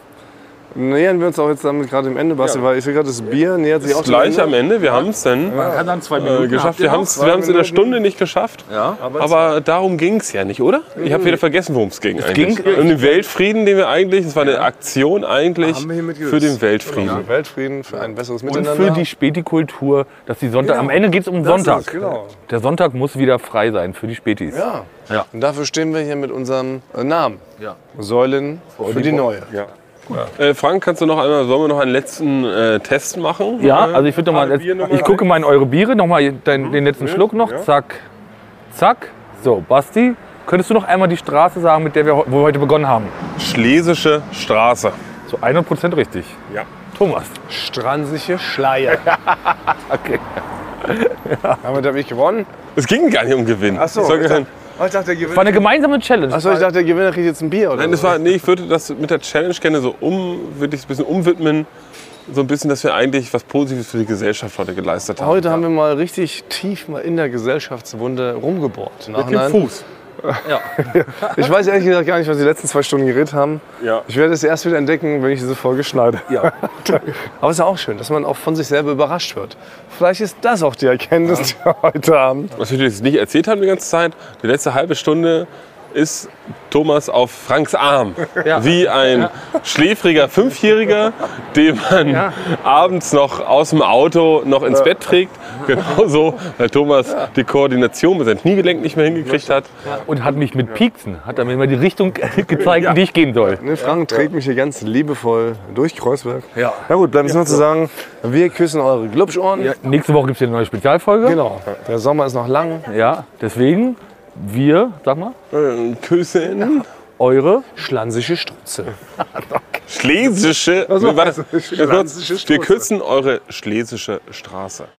nähern wir uns auch jetzt damit gerade dem Ende, Basti, weil ich sehe gerade, das Bier nähert sich auch Das dem gleich am Ende. Ende. Wir haben es dann Man kann dann zwei äh, geschafft. Wir haben es wir haben's in der Stunde nicht geschafft. aber darum ging es ja nicht, oder? Ich habe wieder vergessen, worum es ging eigentlich. ging- um den Weltfrieden, den wir eigentlich, es war eine Aktion eigentlich Haben wir hiermit gelöst. für den Weltfrieden. Für Weltfrieden, für ein besseres Und Miteinander. für die Spätikultur, dass die Sonntag. Am Ende geht es um Genau. Das ist Sonntag. es, genau. Der Sonntag muss wieder frei sein für die Spätis. ja. Und dafür stehen wir hier mit unserem äh, Namen. Säulen für die neue. Äh, Frank, kannst du noch einmal, sollen wir noch einen letzten äh, Test machen? Ja, Äh, also ich würde mal, ich gucke mal in eure Biere, nochmal Mhm. den, den letzten Schluck noch, zack, zack. So, Basti, könntest du noch einmal die Straße sagen, mit der wir, heu- wo wir heute begonnen haben? Schlesische Straße. So 100% richtig. Ja. Thomas. Stransische Schleier. Okay. Damit habe ich gewonnen. Es ging gar nicht um Gewinn. Ach so, ich dachte- Oh, ich dachte, der War Gewinner, eine gemeinsame Challenge. Achso, ich dachte, der Gewinner kriegt jetzt ein Bier, oder? Nein, das was? war, nee, ich würde das mit der Challenge gerne so um, würde ich es ein bisschen umwidmen, so ein bisschen, dass wir eigentlich was Positives für die Gesellschaft heute geleistet haben. Heute haben wir mal richtig tief mal in der Gesellschaftswunde rumgebohrt. Im Nachhinein. Fuß. Ich weiß ehrlich gesagt gar nicht, was die letzten zwei Stunden geredet haben. Ja. Ich werde es erst wieder entdecken, wenn ich diese Folge schneide. Ja. <laughs> Aber es ist ja auch schön, dass man auch von sich selber überrascht wird. Vielleicht ist das auch die Erkenntnis die heute Abend. Was wir jetzt nicht erzählt haben die ganze Zeit, die letzte halbe Stunde ist Thomas auf Franks <laughs> Arm. Wie ein schläfriger Fünfjähriger, den man abends noch aus dem Auto noch ins Bett trägt. Genauso, weil Thomas die Koordination mit seinem Kniegelenk nicht mehr hingekriegt hat. Und hat mich mit Pieksen, hat er mir immer die Richtung <laughs> gezeigt, in die ich gehen soll. Ne, Frank trägt mich hier ganz liebevoll durch Kreuzberg. Ja. Na gut, bleibt uns nur zu sagen, wir küssen eure Glubschohren. Nächste Woche gibt es hier eine neue Spezialfolge. Genau. Der Sommer ist noch lang. Ja, deswegen, wir, sag mal, Äh, Küssen. eure Schlansische Strutze. Schlesische. so, warte, also wir schlansische wir Stoße. küssen eure schlesische Straße.